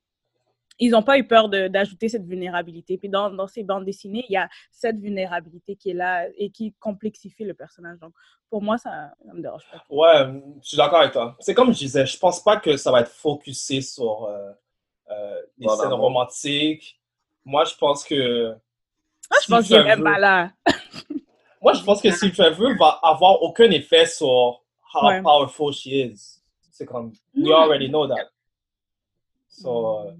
[SPEAKER 7] ils n'ont pas eu peur de- d'ajouter cette vulnérabilité. Puis dans, dans ces bandes dessinées, il y a cette vulnérabilité qui est là et qui complexifie le personnage. Donc pour moi, ça ne me dérange pas.
[SPEAKER 6] Ouais, je suis d'accord avec toi. C'est comme je disais, je pense pas que ça va être focusé sur euh, euh, les
[SPEAKER 5] Voilà,
[SPEAKER 6] scènes
[SPEAKER 5] bon.
[SPEAKER 6] romantiques. Moi, je pense que.
[SPEAKER 7] Ah, je pense qu'il est même pas là.
[SPEAKER 6] Moi, je pense que Steve Trevor va avoir aucun effet sur how
[SPEAKER 7] Ouais.
[SPEAKER 6] powerful she is. C'est comme, we already know that. So, euh,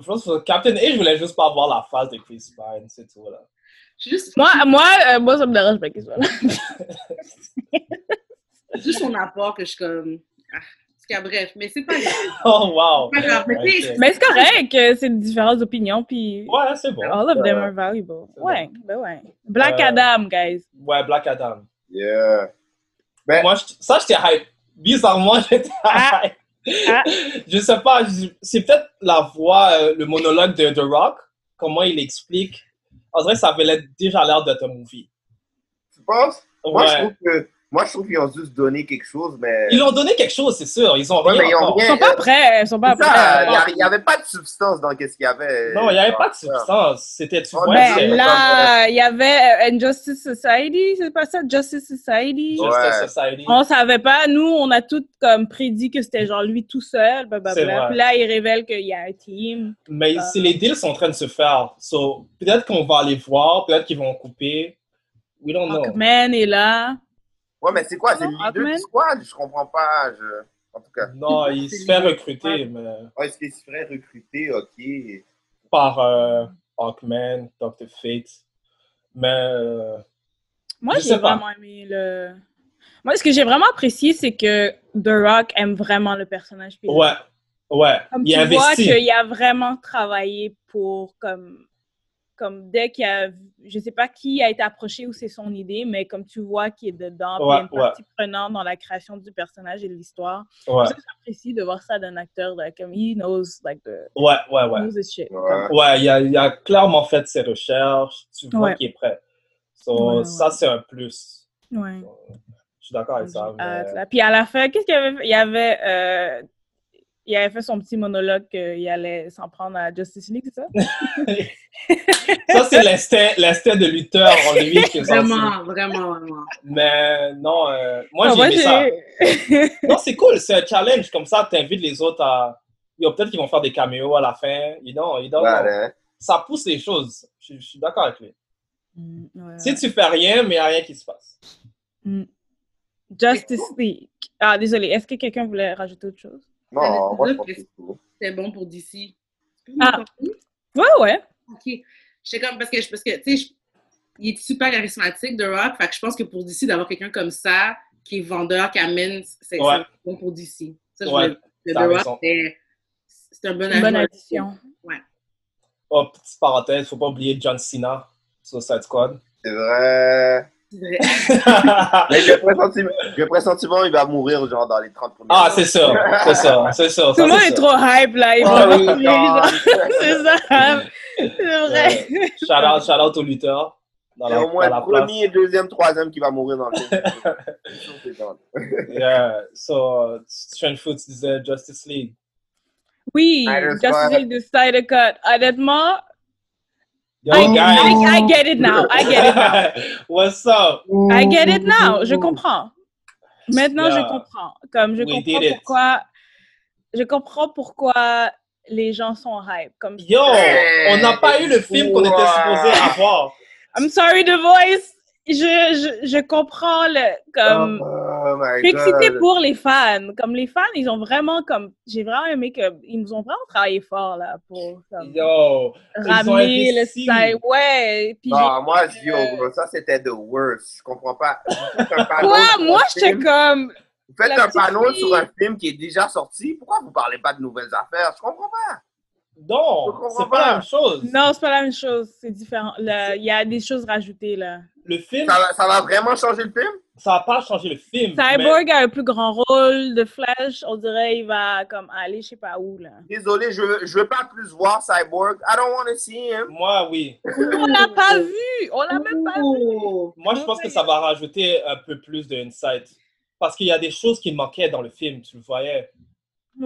[SPEAKER 6] je pense que Captain A, je voulais juste pas avoir la face de Chris Pine, c'est tout, là.
[SPEAKER 9] Je suis Juste,
[SPEAKER 7] Moi, moi, euh, moi, ça me dérange pas qu'il soit là.
[SPEAKER 9] c'est juste son apport que je suis comme. Ah, en tout cas, bref, mais c'est pas grave.
[SPEAKER 6] Oh, wow!
[SPEAKER 9] C'est pas grave, mais tu sais,
[SPEAKER 6] Ok.
[SPEAKER 7] Mais c'est correct, euh, c'est différentes opinions, puis
[SPEAKER 6] Ouais, c'est bon.
[SPEAKER 9] Ah.
[SPEAKER 7] all of them are valuable.
[SPEAKER 6] C'est
[SPEAKER 7] Ouais, ben ouais. Black
[SPEAKER 6] Euh,
[SPEAKER 7] Adam, guys.
[SPEAKER 6] Ouais, Black Adam.
[SPEAKER 5] Yeah. Ben-
[SPEAKER 6] Moi, je- ça, j'étais hype. Bizarrement, j'étais
[SPEAKER 7] Ah.
[SPEAKER 6] hype.
[SPEAKER 7] Ah.
[SPEAKER 6] Je sais pas, je- c'est peut-être la voix, euh, le monologue de The Rock, comment il explique. En vrai, ça avait l'air- déjà l'air d'être un movie.
[SPEAKER 5] Tu penses? Moi, je
[SPEAKER 6] Ouais.
[SPEAKER 5] trouve que. Moi, je trouve qu'ils ont dû se donner quelque chose, mais.
[SPEAKER 6] Ils ont donné quelque chose, c'est sûr. Ils ont
[SPEAKER 5] Ouais,
[SPEAKER 6] rien
[SPEAKER 5] mais ils ont
[SPEAKER 6] encore.
[SPEAKER 7] Ils
[SPEAKER 5] rien. euh,
[SPEAKER 7] sont pas prêts, ils sont pas
[SPEAKER 5] C'est ça,
[SPEAKER 7] prêts. Ben
[SPEAKER 5] il y a- il n'y avait pas de substance dans ce qu'il y avait.
[SPEAKER 6] Non, il n'y avait pas
[SPEAKER 5] Ah.
[SPEAKER 6] de substance. C'était, tu vois,
[SPEAKER 5] Ouais,
[SPEAKER 7] Ben
[SPEAKER 6] c'est-
[SPEAKER 5] c'est-
[SPEAKER 7] là, il y avait euh, Injustice Society, c'est pas ça, Justice Society.
[SPEAKER 6] Justice
[SPEAKER 5] Ouais.
[SPEAKER 6] Society.
[SPEAKER 7] On savait pas, nous, on a tout comme prédit que c'était genre lui tout seul,
[SPEAKER 6] C'est
[SPEAKER 7] blablabla.
[SPEAKER 6] vrai.
[SPEAKER 7] Puis là, il révèle qu'il y a un team.
[SPEAKER 6] Mais si les deals sont en train de se faire, so, peut-être qu'on va les voir, peut-être qu'ils vont couper. We don't know.
[SPEAKER 7] Hawkman est là.
[SPEAKER 5] Ouais, mais c'est quoi? C'est le
[SPEAKER 7] Non,
[SPEAKER 5] leader
[SPEAKER 7] Hawkman?
[SPEAKER 5] du squad? Je comprends pas. je- En tout cas.
[SPEAKER 6] Non, il se fait recruter mais
[SPEAKER 5] Ouais, est-ce qu'il se ferait recruter? Ok.
[SPEAKER 6] par euh, Hawkman, Dr. Fate. Mais euh,
[SPEAKER 7] Moi, j'ai vraiment aimé le. Moi, ce que j'ai vraiment apprécié, c'est que The Rock aime vraiment le personnage. puis
[SPEAKER 6] Ouais, ouais.
[SPEAKER 7] Comme
[SPEAKER 6] il
[SPEAKER 7] tu
[SPEAKER 6] investit.
[SPEAKER 7] vois qu'il a vraiment travaillé pour, comme, comme dès qu'il a, je sais pas qui a été approché ou c'est son idée, mais comme tu vois qu'il est dedans, puis il y a une
[SPEAKER 6] Ouais,
[SPEAKER 7] partie
[SPEAKER 6] ouais.
[SPEAKER 7] prenante dans la création du personnage et de l'histoire.
[SPEAKER 6] Ouais.
[SPEAKER 7] Ça, J'apprécie de voir ça d'un acteur, là, comme he knows, like, the,
[SPEAKER 6] Ouais, ouais, ouais.
[SPEAKER 7] knows his shit.
[SPEAKER 6] Ouais,
[SPEAKER 7] Comme-
[SPEAKER 6] il, a, il a clairement fait ses recherches. Tu vois
[SPEAKER 7] Ouais.
[SPEAKER 6] qu'il est prêt. So,
[SPEAKER 7] Ouais,
[SPEAKER 6] Ça, c'est un plus.
[SPEAKER 7] ouais.
[SPEAKER 6] Je suis d'accord avec Ah, ça. mais-
[SPEAKER 7] hâte, là. Puis à la fin, qu'est-ce qu'il avait fait? Il avait, euh, il avait fait son petit monologue qu'il allait s'en prendre à Justice League, c'est ça?
[SPEAKER 6] Ça, c'est l'instinct, l'instinct de lutteur en lui qui est sorti.
[SPEAKER 9] Vraiment, vraiment, vraiment.
[SPEAKER 6] Mais non, euh, moi,
[SPEAKER 9] Ah,
[SPEAKER 6] j'ai
[SPEAKER 9] moi,
[SPEAKER 6] aimé ça. non, c'est cool, c'est un challenge. Comme ça, t'invites les autres à. Yo, peut-être qu'ils vont faire des caméos à la fin. You know, you don't know.
[SPEAKER 5] Voilà.
[SPEAKER 6] Ça pousse les choses. Je, je suis d'accord avec lui.
[SPEAKER 7] Mm, ouais.
[SPEAKER 6] Si tu fais rien, mais il n'y a rien qui se passe.
[SPEAKER 7] Justice League. Ah, désolé. Est-ce que quelqu'un voulait rajouter autre chose?
[SPEAKER 5] Non, moi, je pense que c'est tout.
[SPEAKER 9] C'était bon pour d'ici.
[SPEAKER 7] Ah. Ouais, ouais.
[SPEAKER 9] OK. J'étais comme, parce que, parce que tu sais, je- il est super charismatique, The Rock. Fait que je pense que pour DC, d'avoir quelqu'un comme ça, qui est vendeur, qui amène, c'est c'est
[SPEAKER 6] Ouais.
[SPEAKER 9] bon pour DC. Ça, je
[SPEAKER 6] Ouais,
[SPEAKER 9] voulais- le
[SPEAKER 6] t'as
[SPEAKER 9] The
[SPEAKER 6] raison.
[SPEAKER 9] Rock, c'est c'est un bon
[SPEAKER 7] Une bonne
[SPEAKER 9] ajout.
[SPEAKER 7] addition.
[SPEAKER 9] Ouais.
[SPEAKER 6] Oh, petite parenthèse, faut pas oublier John Cena, Suicide Squad.
[SPEAKER 5] C'est vrai.
[SPEAKER 9] C'est vrai.
[SPEAKER 5] Mais j'ai le pressentiment, j'ai le pressentiment, il va mourir genre dans les 30 premières
[SPEAKER 6] Ah, c'est sûr, c'est sûr, c'est sûr.
[SPEAKER 7] Tout le monde est trop hype, là. Ils
[SPEAKER 6] Ah,
[SPEAKER 7] vont
[SPEAKER 6] oui,
[SPEAKER 7] partir,
[SPEAKER 6] ah.
[SPEAKER 7] genre. C'est ça. C'est vrai.
[SPEAKER 6] Shout out, shout out aux lutteurs. Dans
[SPEAKER 5] Il y a
[SPEAKER 6] la,
[SPEAKER 5] au moins
[SPEAKER 6] dans la
[SPEAKER 5] le
[SPEAKER 6] place.
[SPEAKER 5] premier, deuxième, troisième qui va mourir dans le film. C'est sûr, c'est genre.
[SPEAKER 6] Yeah. So, Strange Food, tu disais Justice League.
[SPEAKER 7] Oui,
[SPEAKER 6] Snyder
[SPEAKER 7] Justice
[SPEAKER 6] Squad.
[SPEAKER 7] League de Snyder Cut. Honnêtement,
[SPEAKER 6] Yo,
[SPEAKER 7] I,
[SPEAKER 6] guys.
[SPEAKER 7] I- I get it now. I get it now.
[SPEAKER 6] What's up?
[SPEAKER 7] I get it now. Je comprends. Maintenant,
[SPEAKER 6] Yeah.
[SPEAKER 7] je comprends. Comme je
[SPEAKER 6] We did
[SPEAKER 7] comprends
[SPEAKER 6] it.
[SPEAKER 7] pourquoi. Je comprends pourquoi les gens sont hype. Comme
[SPEAKER 6] Yo, on n'a pas eu le film qu'on était supposé avoir.
[SPEAKER 7] I'm sorry, The Voice. Je, je, je comprends le comme.
[SPEAKER 5] Oh my
[SPEAKER 7] Euh, je suis excitée
[SPEAKER 5] God.
[SPEAKER 7] pour les fans. Comme les fans, ils ont vraiment comme. J'ai vraiment aimé que ils nous ont vraiment travaillé fort là pour comme,
[SPEAKER 6] Yo, ils ont
[SPEAKER 7] ramener le
[SPEAKER 6] investi.
[SPEAKER 7] style. Ouais. Puis j'ai-
[SPEAKER 5] Non, moi, je dis, oh, bro, ça c'était the worst. Je comprends pas. Vous faites un
[SPEAKER 6] Ah,
[SPEAKER 5] panneau
[SPEAKER 7] quoi
[SPEAKER 5] sur un
[SPEAKER 7] Moi, j'étais
[SPEAKER 5] film-
[SPEAKER 7] comme.
[SPEAKER 5] Vous faites
[SPEAKER 7] la
[SPEAKER 5] un
[SPEAKER 7] petite
[SPEAKER 5] panneau
[SPEAKER 7] fille.
[SPEAKER 5] sur un film qui est déjà sorti. Pourquoi vous parlez pas de nouvelles affaires? Je comprends pas.
[SPEAKER 6] Non,
[SPEAKER 5] comprends
[SPEAKER 6] c'est pas
[SPEAKER 5] pas.
[SPEAKER 6] la même chose.
[SPEAKER 7] Non, c'est pas la même chose. C'est différent. Là, Il y a des choses rajoutées là.
[SPEAKER 6] Le film,
[SPEAKER 5] Ça va, ça va vraiment changer le film?
[SPEAKER 6] ça n'a pas changé le film.
[SPEAKER 7] Cyborg a un plus grand rôle de Flash. On dirait il va comme aller je sais pas où là.
[SPEAKER 5] Désolé, je veux, je veux pas plus voir Cyborg. I don't want to see him.
[SPEAKER 6] mais moi, oui.
[SPEAKER 7] On l'a pas vu. On l'a même pas vu.
[SPEAKER 9] Oh!
[SPEAKER 6] Moi, je pense que ça va rajouter un peu plus de insight. Parce qu'il y a des choses qui manquaient dans le film, tu le voyais.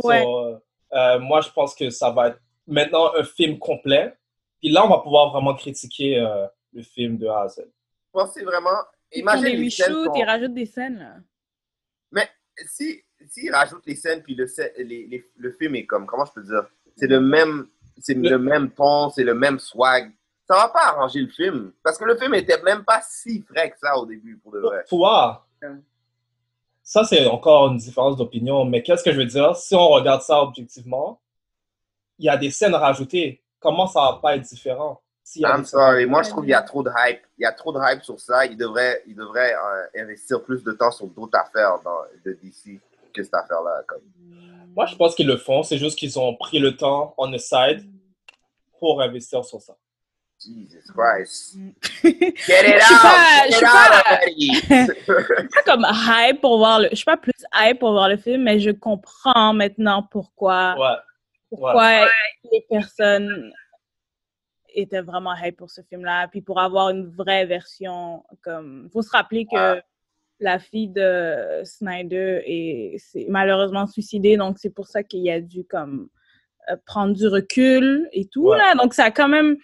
[SPEAKER 6] So,
[SPEAKER 7] Ouais.
[SPEAKER 6] euh, euh, moi, je pense que ça va être maintenant un film complet. Puis là, on va pouvoir vraiment critiquer euh, le film de A à Z.
[SPEAKER 5] Je pensais vraiment.
[SPEAKER 7] Ils font
[SPEAKER 5] Imagine
[SPEAKER 7] des
[SPEAKER 5] les scènes
[SPEAKER 7] reshoots,
[SPEAKER 5] qu'on-
[SPEAKER 7] ils rajoutent des scènes là.
[SPEAKER 5] Mais si, s'ils rajoutent les scènes, puis le, sc- les- les- le film est comme, comment je peux dire? C'est le même, c'est le... même ton, c'est le même swag. Ça va pas arranger le film. Parce que le film était même pas si frais que ça au début, pour de vrai.
[SPEAKER 6] Toi, ça, c'est encore une différence d'opinion. Mais qu'est-ce que je veux dire? Si on regarde ça objectivement, il y a des scènes rajoutées. Comment ça va pas être différent? S'il y a
[SPEAKER 5] I'm
[SPEAKER 6] des scènes
[SPEAKER 5] sorry. Moi, je trouve qu'il y a trop de hype. Il y a trop de hype sur ça. Il devrait, il devrait euh, investir plus de temps sur d'autres affaires dans, de DC que cette affaire-là. Comme.
[SPEAKER 6] Moi, je pense qu'ils le font. C'est juste qu'ils ont pris le temps on the side pour investir sur ça.
[SPEAKER 5] Jesus Christ.
[SPEAKER 7] Moi,
[SPEAKER 5] Get it
[SPEAKER 7] je suis
[SPEAKER 5] out!
[SPEAKER 7] pas-
[SPEAKER 5] Get
[SPEAKER 7] je
[SPEAKER 5] it
[SPEAKER 7] suis
[SPEAKER 5] out
[SPEAKER 7] pas-
[SPEAKER 5] already!
[SPEAKER 7] pas comme hype pour voir le. Je suis pas plus hype pour voir le film, mais je comprends maintenant pourquoi,
[SPEAKER 6] Ouais.
[SPEAKER 7] pourquoi les personnes étaient vraiment hype pour ce film-là. Puis pour avoir une vraie version, comme faut se rappeler que la fille de Snyder est, s'est malheureusement suicidée, donc c'est pour ça qu'il a dû comme euh, prendre du recul et tout
[SPEAKER 6] Ouais.
[SPEAKER 7] là. Donc ça a quand même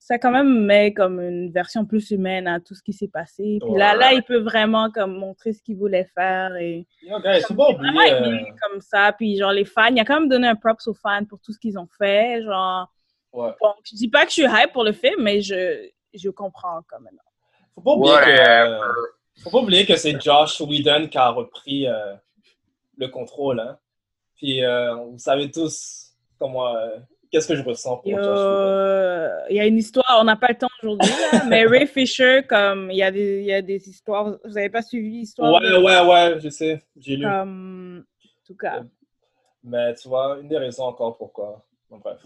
[SPEAKER 7] ça quand même met comme une version plus humaine à tout ce qui s'est passé. Puis là,
[SPEAKER 6] Ouais.
[SPEAKER 7] là, il peut vraiment comme montrer ce qu'il voulait faire et
[SPEAKER 6] Yo, guys, faut pas oublier.
[SPEAKER 7] vraiment
[SPEAKER 6] euh,
[SPEAKER 7] aimé comme ça. Puis genre les fans, il a quand même donné un props aux fans pour tout ce qu'ils ont fait. Genre,
[SPEAKER 6] Ouais.
[SPEAKER 7] bon, je dis pas que je suis hype pour le film, mais je je comprends quand même.
[SPEAKER 6] Faut pas oublier
[SPEAKER 5] Whatever.
[SPEAKER 6] que. Faut pas oublier que c'est Josh Whedon qui a repris euh, le contrôle. Hein. Puis euh, vous savez tous comment euh, qu'est-ce que je ressens pour
[SPEAKER 7] Il y,
[SPEAKER 6] Josh
[SPEAKER 7] a... il y a une histoire, on n'a pas le temps aujourd'hui, là, mais Ray Fisher, comme il y, a des, il y a des histoires, vous n'avez pas suivi l'histoire?
[SPEAKER 6] Ouais, Euh,
[SPEAKER 7] de-
[SPEAKER 6] ouais, ouais, je sais, j'ai lu.
[SPEAKER 7] Ah. Comme, en tout cas,
[SPEAKER 6] Mais tu vois, une des raisons encore pourquoi. Bon, bref.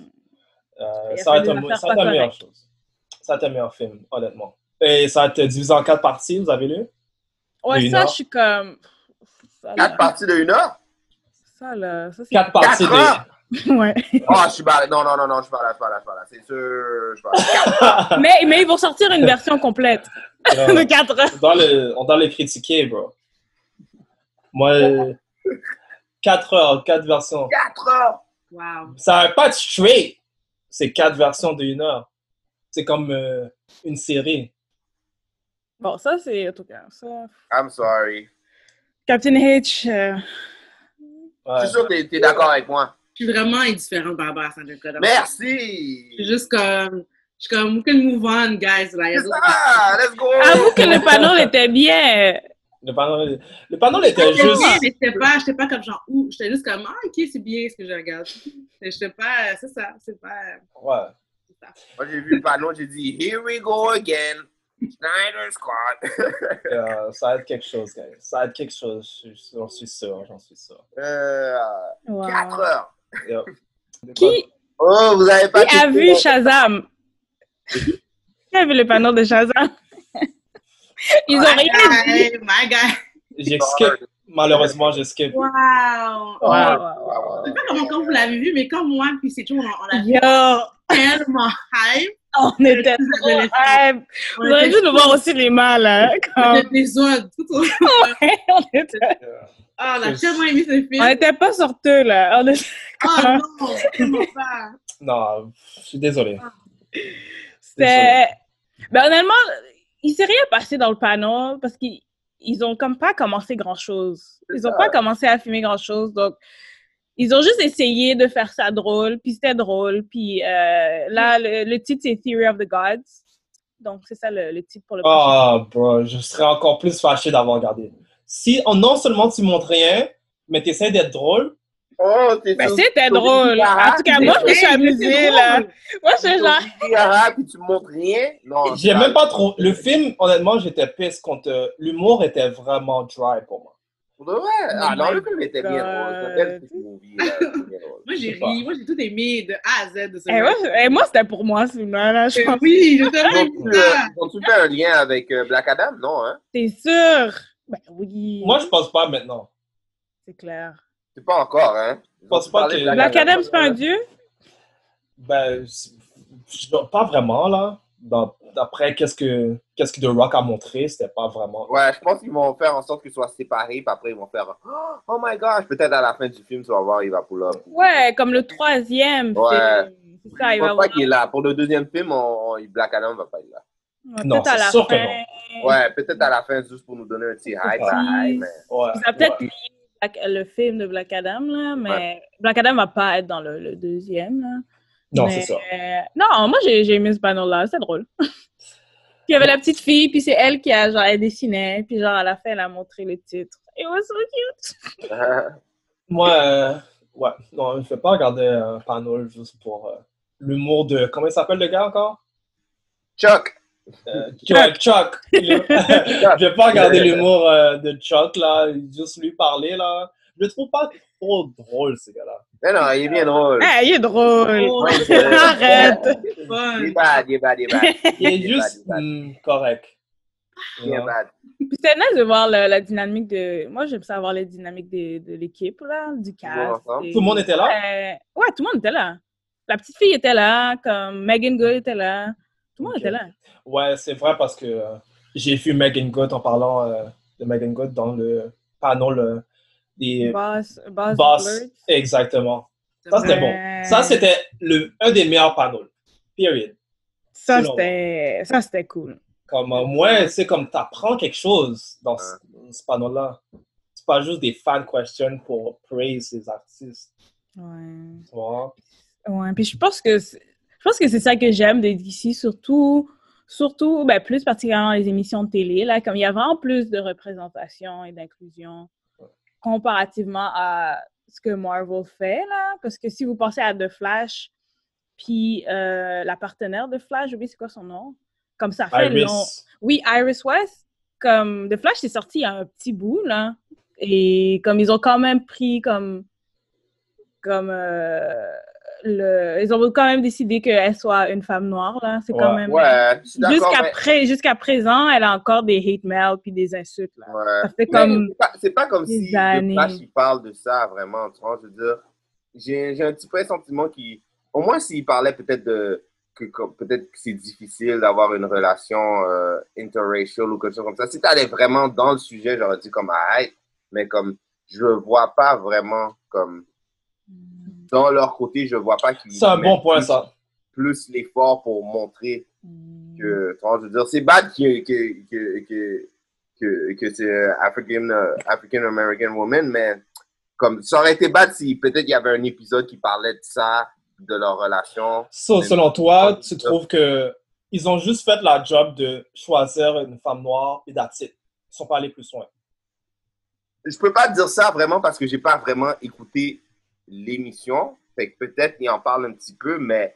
[SPEAKER 6] Euh,
[SPEAKER 7] Il a
[SPEAKER 6] ça a
[SPEAKER 7] fait
[SPEAKER 6] été
[SPEAKER 7] des
[SPEAKER 6] un-
[SPEAKER 7] affaires
[SPEAKER 6] ça a été
[SPEAKER 7] pas
[SPEAKER 6] un meilleur
[SPEAKER 7] correctes.
[SPEAKER 6] chose. Ça a été un meilleur film, honnêtement. Et ça a été divisé en quatre parties, vous avez lu?
[SPEAKER 7] ouais,
[SPEAKER 6] Une
[SPEAKER 7] ça,
[SPEAKER 6] heure.
[SPEAKER 7] je suis comme. Ça, là,
[SPEAKER 5] Quatre parties de une heure?
[SPEAKER 7] ça, là, ça, c'est-
[SPEAKER 6] Quatre parties
[SPEAKER 5] Quatre heures?
[SPEAKER 7] Ouais.
[SPEAKER 5] Oh, je suis barré. Non, non, non, non, je suis pas là, je suis pas là, je suis pas là. C'est sûr, je suis pas là.
[SPEAKER 7] mais, mais ils vont sortir une version complète de 4 heures.
[SPEAKER 6] On doit le, on doit le critiquer, bro. Moi, euh, quatre heures, quatre versions.
[SPEAKER 5] Quatre heures!
[SPEAKER 9] Wow.
[SPEAKER 6] Ça n'a pas de straight. C'est quatre versions de une heure. C'est comme euh, une série.
[SPEAKER 7] Bon, ça, c'est en tout cas. Ça...
[SPEAKER 5] I'm sorry.
[SPEAKER 7] Captain H. euh,
[SPEAKER 6] Ouais.
[SPEAKER 5] Je suis sûr que t'es- t'es d'accord avec moi.
[SPEAKER 9] Je suis vraiment indifférente par rapport à Sandra Cotter.
[SPEAKER 5] Merci!
[SPEAKER 9] C'est juste comme. Je suis comme, we can move on, guys. Like,
[SPEAKER 5] Ah, let's go!
[SPEAKER 7] Avoue que le panneau était bien.
[SPEAKER 6] Le panneau, le panneau
[SPEAKER 9] J'étais
[SPEAKER 6] était
[SPEAKER 9] bien,
[SPEAKER 6] juste.
[SPEAKER 9] mais j'étais pas, j'étais pas comme genre, ouh, j'étais juste comme, ah, ok, c'est bien ce que je regarde. Mais J'étais pas, c'est ça, c'est pas.
[SPEAKER 6] Ouais.
[SPEAKER 5] Moi, j'ai vu le panneau, j'ai dit, here we go again. Snyder Scott.
[SPEAKER 6] Euh, ça va être quelque chose, guys. Ça va être quelque chose. je suis- J'en suis sûr, j'en suis sûr.
[SPEAKER 5] euh,
[SPEAKER 7] Wow.
[SPEAKER 5] 4 heures.
[SPEAKER 6] Yep.
[SPEAKER 7] Qui,
[SPEAKER 5] Oh, vous avez pas
[SPEAKER 7] qui a
[SPEAKER 5] testé
[SPEAKER 7] vu
[SPEAKER 5] mon-
[SPEAKER 7] Shazam? Qui a vu le panneau de Shazam? Ils ont
[SPEAKER 9] My
[SPEAKER 7] rien dit.
[SPEAKER 9] guy, my guy.
[SPEAKER 6] J'ai skip. Malheureusement, j'ai skip.
[SPEAKER 9] Wow.
[SPEAKER 7] Wow, wow, wow.
[SPEAKER 9] Je sais pas comment quand vous l'avez vu, mais comme moi, puis c'est toujours, on, on a
[SPEAKER 7] Yo,
[SPEAKER 9] tellement hype.
[SPEAKER 7] on était trop hype. Vous auriez dû nous voir au cinéma, là.
[SPEAKER 9] On
[SPEAKER 7] comme-
[SPEAKER 9] était des autres. Tout au-
[SPEAKER 7] on était,
[SPEAKER 9] Ah, on a tellement aimé ce
[SPEAKER 7] Oh. on
[SPEAKER 9] film.
[SPEAKER 7] était pas sorteux, là. On était-
[SPEAKER 9] Ah non, tellement pas.
[SPEAKER 6] Non, je suis désolé.
[SPEAKER 7] C'était. Ben, honnêtement, il s'est rien passé dans le panneau parce qu'ils ils ont comme pas commencé grand chose. Ils ont pas commencé à filmer grand chose. Donc, ils ont juste essayé de faire ça drôle, puis c'était drôle. Puis euh, là, le, le titre, c'est Theory of the Gods. Donc, c'est ça le, le titre pour le prochain.
[SPEAKER 6] Ah, bro, je serais encore plus fâché d'avoir regardé. Si oh, non seulement tu montres rien, mais tu essaies d'être drôle.
[SPEAKER 5] Oh, t'es
[SPEAKER 7] Ben,
[SPEAKER 5] sur-
[SPEAKER 7] c'était
[SPEAKER 5] sur
[SPEAKER 7] drôle.
[SPEAKER 5] Wikipédia,
[SPEAKER 7] En tout cas, moi, je me suis
[SPEAKER 9] Hey, mais
[SPEAKER 7] amusée,
[SPEAKER 9] c'est
[SPEAKER 7] là.
[SPEAKER 9] drôle.
[SPEAKER 7] Moi,
[SPEAKER 5] t'es
[SPEAKER 7] je
[SPEAKER 5] sur
[SPEAKER 7] genre...
[SPEAKER 5] Wikipédia, puis tu montres rien. Non,
[SPEAKER 6] J'ai
[SPEAKER 5] ça-
[SPEAKER 6] même pas trop. Le film, honnêtement, j'étais pisse contre. euh, L'humour était vraiment dry pour moi.
[SPEAKER 5] Pour de vrai. Ah, non, le film était bien
[SPEAKER 7] God.
[SPEAKER 5] drôle. C'est un bel petit movie, là, c'est bien drôle.
[SPEAKER 9] Moi, j'ai
[SPEAKER 6] Je sais pas.
[SPEAKER 9] ri. Moi, j'ai tout aimé de A à Z de ce
[SPEAKER 7] Eh, moi, je- eh, moi, c'était pour moi, ce film-là, là, je
[SPEAKER 9] film.
[SPEAKER 7] pense.
[SPEAKER 9] Eh Oui, j'ai tellement
[SPEAKER 5] Donc,
[SPEAKER 9] aimé
[SPEAKER 5] euh,
[SPEAKER 9] ça.
[SPEAKER 5] ils ont-tu fait un lien avec euh, Black Adam? Non, hein?
[SPEAKER 7] T'es sûr? Ben oui,
[SPEAKER 6] Moi, je pense pas maintenant.
[SPEAKER 7] c'est clair.
[SPEAKER 5] C'est pas encore, hein? Ils
[SPEAKER 6] Je pense
[SPEAKER 5] ont-tu
[SPEAKER 6] pas
[SPEAKER 5] parlé
[SPEAKER 6] que-
[SPEAKER 5] de
[SPEAKER 7] Black Adam, c'est pas un dieu?
[SPEAKER 6] Ben, c'est- je- pas vraiment, là. Dans- D'après, qu'est-ce que, qu'est-ce que The Rock a montré, c'était pas vraiment.
[SPEAKER 5] Ouais, je pense qu'ils vont faire en sorte qu'ils soient séparés, puis après, ils vont faire Oh, oh my gosh! Peut-être à la fin du film, tu vas voir, il va pull up.
[SPEAKER 7] Ouais, comme le troisième.
[SPEAKER 5] Ouais.
[SPEAKER 7] c'est- C'est ça,
[SPEAKER 5] Je
[SPEAKER 7] il
[SPEAKER 5] pense
[SPEAKER 7] va
[SPEAKER 5] pas
[SPEAKER 7] avoir.
[SPEAKER 5] qu'il est là. Pour le deuxième film, on, on- Black Adam va pas être là.
[SPEAKER 7] Ouais,
[SPEAKER 6] Non,
[SPEAKER 7] peut-être à
[SPEAKER 6] c'est
[SPEAKER 7] la
[SPEAKER 6] sûr que
[SPEAKER 7] fin.
[SPEAKER 6] non.
[SPEAKER 5] Ouais, peut-être à la fin, juste pour nous donner un petit hype. bah, hype, mais-
[SPEAKER 6] Ouais,
[SPEAKER 7] Ça va peut-être
[SPEAKER 6] ouais.
[SPEAKER 7] lier Black- le film de Black Adam, là, mais Black Adam va pas être dans le, le deuxième. Là.
[SPEAKER 6] Non,
[SPEAKER 7] Mais-
[SPEAKER 6] c'est ça.
[SPEAKER 7] Non, moi j'ai j'ai aimé ce panneau-là, c'est drôle. puis il y avait la petite fille, puis c'est elle qui a genre, elle dessinait, puis genre à la fin elle a montré le titre. It was so cute!
[SPEAKER 6] Moi, euh, ouais, non, je vais pas regarder un panneau juste pour euh, l'humour de. Comment il s'appelle le gars encore?
[SPEAKER 5] Chuck!
[SPEAKER 6] Euh, Chuck. Chuck. je vais pas regarder l'humour euh, de Chuck, là. Juste lui parler, là. Je le trouve pas trop drôle, ce gars-là.
[SPEAKER 5] Mais non, il est bien drôle.
[SPEAKER 7] Ah, il est drôle!
[SPEAKER 9] Oh,
[SPEAKER 5] Ouais, il est drôle.
[SPEAKER 7] Arrête!
[SPEAKER 5] Il est
[SPEAKER 9] fun.
[SPEAKER 5] bad, il est bad, il est bad.
[SPEAKER 6] Il est
[SPEAKER 5] Il est
[SPEAKER 6] juste
[SPEAKER 5] bad,
[SPEAKER 6] hmm, correct.
[SPEAKER 5] Il est
[SPEAKER 6] Non.
[SPEAKER 5] bad.
[SPEAKER 7] Puis c'était nice de voir la, la dynamique de. Moi, j'aime ça voir les dynamiques de, de l'équipe, là, du cast.
[SPEAKER 5] ensemble.
[SPEAKER 7] et-
[SPEAKER 6] Tout le monde était là?
[SPEAKER 7] Ouais, ouais, tout le monde était là. La petite fille était là, comme Megan Good était là. Tout le monde
[SPEAKER 6] Ok.
[SPEAKER 7] était là.
[SPEAKER 6] Ouais, c'est vrai parce que euh, j'ai vu Megan Good en parlant euh, de Megan Good dans le panneau le- des
[SPEAKER 7] Boss, boss,
[SPEAKER 6] boss.
[SPEAKER 7] Alert.
[SPEAKER 6] Exactement. Ça, c'était
[SPEAKER 7] Ouais.
[SPEAKER 6] bon. Ça, c'était le- un des meilleurs panneaux. Period.
[SPEAKER 7] Ça,
[SPEAKER 6] Selon
[SPEAKER 7] c'était, ça, c'était cool.
[SPEAKER 6] Comme, euh, moi, c'est comme t'apprends quelque chose dans ce, ce panneau-là. C'est pas juste des fan questions pour praise les artistes.
[SPEAKER 7] Ouais.
[SPEAKER 6] Tu vois?
[SPEAKER 7] Ouais, puis je pense que c'est- je pense que c'est ça que j'aime de DC, surtout, surtout, ben, plus particulièrement les émissions de télé, là, comme il y a vraiment plus de représentation et d'inclusion comparativement à ce que Marvel fait, là, parce que si vous pensez à The Flash, puis euh, la partenaire de Flash, j'ai oublié c'est quoi son nom. Comme ça fait Iris. long. Oui, Iris West. Comme The Flash, c'est sorti il y a un petit bout, là. Et comme ils ont quand même pris comme. Comme. Euh, le... Ils ont quand même décidé qu'elle soit une femme noire, là. C'est
[SPEAKER 5] Ouais.
[SPEAKER 7] quand même.
[SPEAKER 5] Ouais, je suis d'accord,
[SPEAKER 7] Jusqu'à
[SPEAKER 5] mais-
[SPEAKER 7] pré- jusqu'à présent, elle a encore des hate mail puis des insultes, là.
[SPEAKER 5] Ouais.
[SPEAKER 7] Ça fait
[SPEAKER 5] Mais
[SPEAKER 7] comme
[SPEAKER 5] c'est pas- C'est pas, comme
[SPEAKER 7] des
[SPEAKER 5] si
[SPEAKER 7] années.
[SPEAKER 5] le Flash il parle de ça vraiment, tu vois, je veux dire, j'ai j'ai un petit peu le sentiment qu'il, au moins s'il parlait peut-être de, que, que- peut-être que c'est difficile d'avoir une relation euh, interracial ou quelque chose comme ça, si t'allais vraiment dans le sujet, j'aurais dit comme, arrête, mais comme, je vois pas vraiment comme,
[SPEAKER 7] Hmm.
[SPEAKER 5] dans leur côté, je vois pas qu'ils
[SPEAKER 6] C'est un bon
[SPEAKER 5] mettent
[SPEAKER 6] point,
[SPEAKER 5] plus-
[SPEAKER 6] ça.
[SPEAKER 5] plus l'effort pour montrer que, tu vois, je veux dire, c'est bad que, que, que, que, que, que c'est euh, African, euh, African American woman, mais comme ça aurait été bad si peut-être il y avait un épisode qui parlait de ça, de leur relation.
[SPEAKER 6] So,
[SPEAKER 5] Mais-
[SPEAKER 6] selon toi, tu trouves que ils ont juste fait la job de choisir une femme noire et that's it. Ils sont pas allés plus loin.
[SPEAKER 5] je peux pas dire ça vraiment parce que j'ai pas vraiment écouté l'émission. Fait que peut-être il en parle un petit peu, mais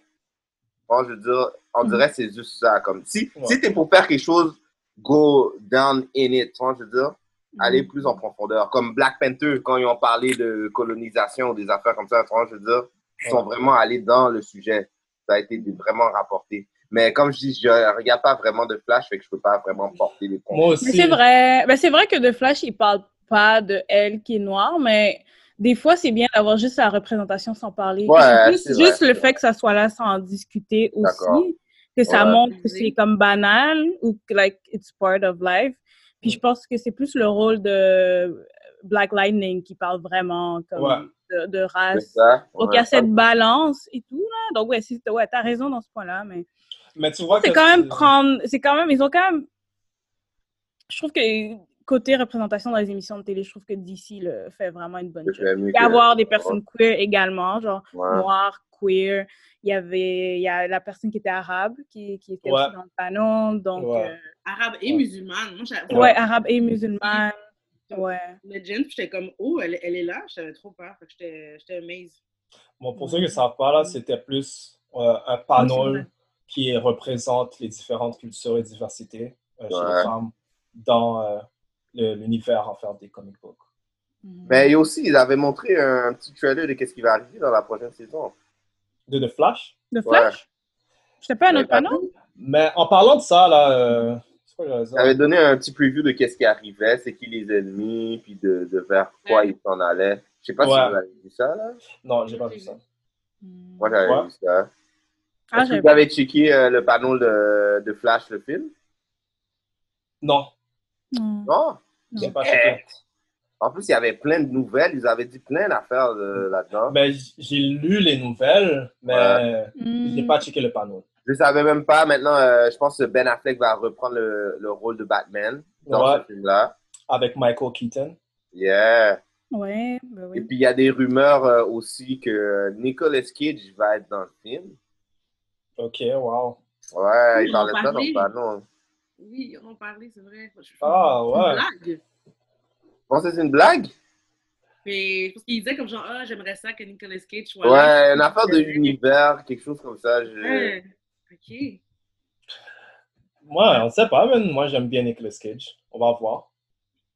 [SPEAKER 5] bon, je veux dire, on dirait que c'est juste ça. Comme si, si t'es pour faire quelque chose, go down in it. tu vois, je veux dire, aller plus en profondeur. Comme Black Panther, quand ils ont parlé de colonisation ou des affaires comme ça, tu vois, je veux dire, ils sont vraiment allés dans le sujet. Ça a été vraiment rapporté. Mais comme je dis, je regarde pas vraiment de Flash, fait que je peux pas vraiment porter les points.
[SPEAKER 7] Mais c'est vrai. Ben, c'est vrai que The Flash, il parle pas de elle qui est noire, mais des fois, c'est bien d'avoir juste la représentation sans parler.
[SPEAKER 5] Ouais,
[SPEAKER 7] C'est
[SPEAKER 5] c'est
[SPEAKER 7] juste
[SPEAKER 5] vrai,
[SPEAKER 7] juste
[SPEAKER 5] c'est
[SPEAKER 7] le
[SPEAKER 5] vrai.
[SPEAKER 7] fait que ça soit là sans en discuter
[SPEAKER 5] D'accord.
[SPEAKER 7] aussi, que ça
[SPEAKER 5] Ouais.
[SPEAKER 7] montre que c'est comme banal ou que, like, it's part of life. Puis
[SPEAKER 5] Mm.
[SPEAKER 7] je pense que c'est plus le rôle de Black Lightning qui parle vraiment comme
[SPEAKER 6] Ouais.
[SPEAKER 7] de, de
[SPEAKER 6] C'est
[SPEAKER 7] race.
[SPEAKER 6] ça,
[SPEAKER 7] Donc,
[SPEAKER 6] ouais.
[SPEAKER 7] il y a cette balance et tout, là. Donc, ouais, c'est- ouais t'as raison dans ce point-là, mais
[SPEAKER 6] Mais tu vois que
[SPEAKER 7] c'est quand même prendre. C'est quand même. Ils ont quand même. Je trouve que côté représentation dans les émissions de télé, je trouve que DC le fait vraiment une bonne
[SPEAKER 5] Le
[SPEAKER 7] chose.
[SPEAKER 5] fait mieux
[SPEAKER 7] Il y
[SPEAKER 5] que-
[SPEAKER 7] a avoir des personnes queer également, genre
[SPEAKER 5] Ouais.
[SPEAKER 7] noires, queer. Il y avait il y a la personne qui était arabe qui, qui était
[SPEAKER 9] Ouais.
[SPEAKER 7] aussi dans le panneau. Donc,
[SPEAKER 9] Ouais.
[SPEAKER 7] euh,
[SPEAKER 9] Arabe et musulmane. Moi, j'a-
[SPEAKER 7] ouais. arabe et musulmane. Ouais.
[SPEAKER 9] Le Jen, j'étais comme, oh, elle, elle est là. J'avais trop peur. Fait que j'étais j'étais amazed.
[SPEAKER 6] Bon, pour ceux qui ne savent pas, là, c'était plus euh, un
[SPEAKER 9] Oui, c'est
[SPEAKER 6] panel
[SPEAKER 9] vrai.
[SPEAKER 6] qui représente les différentes cultures et diversités euh, chez
[SPEAKER 5] Ouais.
[SPEAKER 6] les femmes dans euh, le- l'univers en fait, des comic books.
[SPEAKER 5] Mais Ben, aussi, ils avaient montré un petit trailer de qu'est-ce qui va arriver dans la prochaine saison.
[SPEAKER 6] De, de Flash?
[SPEAKER 7] De Flash? C'était pas un autre panneau?
[SPEAKER 6] Mais en parlant de ça, là, euh, c'est quoi que j'allais dire?
[SPEAKER 5] Ils avaient donné un petit preview de qu'est-ce qui arrivait, c'est qui les ennemis, puis de, de vers quoi ils s'en allaient. Je sais pas si
[SPEAKER 6] Ouais.
[SPEAKER 5] vous avez vu ça, là.
[SPEAKER 6] Non, j'ai pas vu ça.
[SPEAKER 5] Moi, j'avais
[SPEAKER 6] Ouais.
[SPEAKER 5] vu ça.
[SPEAKER 7] Hmm. Ah,
[SPEAKER 5] Est-ce que
[SPEAKER 7] j'avais
[SPEAKER 5] vous avez checké euh, le panneau de, de Flash, le film?
[SPEAKER 6] Non.
[SPEAKER 5] Non?
[SPEAKER 6] J'ai pas checké.
[SPEAKER 5] En plus, il y avait plein de nouvelles. Ils avaient dit plein d'affaires
[SPEAKER 7] Mm.
[SPEAKER 5] euh, là-dedans.
[SPEAKER 6] Ben, j'ai lu les nouvelles, mais
[SPEAKER 7] je
[SPEAKER 6] n'ai pas checké le panneau.
[SPEAKER 5] Je ne savais même pas. Maintenant, euh, je pense que Ben Affleck va reprendre le, le rôle de Batman dans
[SPEAKER 6] Ouais.
[SPEAKER 5] ce film-là.
[SPEAKER 6] Avec Michael Keaton.
[SPEAKER 5] Yeah.
[SPEAKER 7] Ouais, ben
[SPEAKER 5] Et
[SPEAKER 7] oui.
[SPEAKER 5] puis, il y a des rumeurs euh, aussi que Nicolas Cage va être dans le film.
[SPEAKER 6] Ok, wow.
[SPEAKER 5] Ouais,
[SPEAKER 9] Oui,
[SPEAKER 5] il
[SPEAKER 9] ils
[SPEAKER 5] parlait
[SPEAKER 9] en
[SPEAKER 5] de ça ben, dans
[SPEAKER 9] parlaient.
[SPEAKER 5] le panneau.
[SPEAKER 9] Oui, ils en ont parlé, c'est vrai. Je- je-
[SPEAKER 5] Ah,
[SPEAKER 9] c'est une
[SPEAKER 5] ouais.
[SPEAKER 9] blague.
[SPEAKER 5] Tu penses que c'est une blague?
[SPEAKER 9] Mais je pense qu'il disait comme genre, ah, j'aimerais ça que Nicolas Cage soit
[SPEAKER 5] Ouais,
[SPEAKER 9] là.
[SPEAKER 5] une affaire de l'univers, quelque chose comme ça. je-
[SPEAKER 7] Hmm.
[SPEAKER 9] Ouais. Ok.
[SPEAKER 6] Moi, on sait pas, mais moi, j'aime bien Nicolas Cage. On va voir.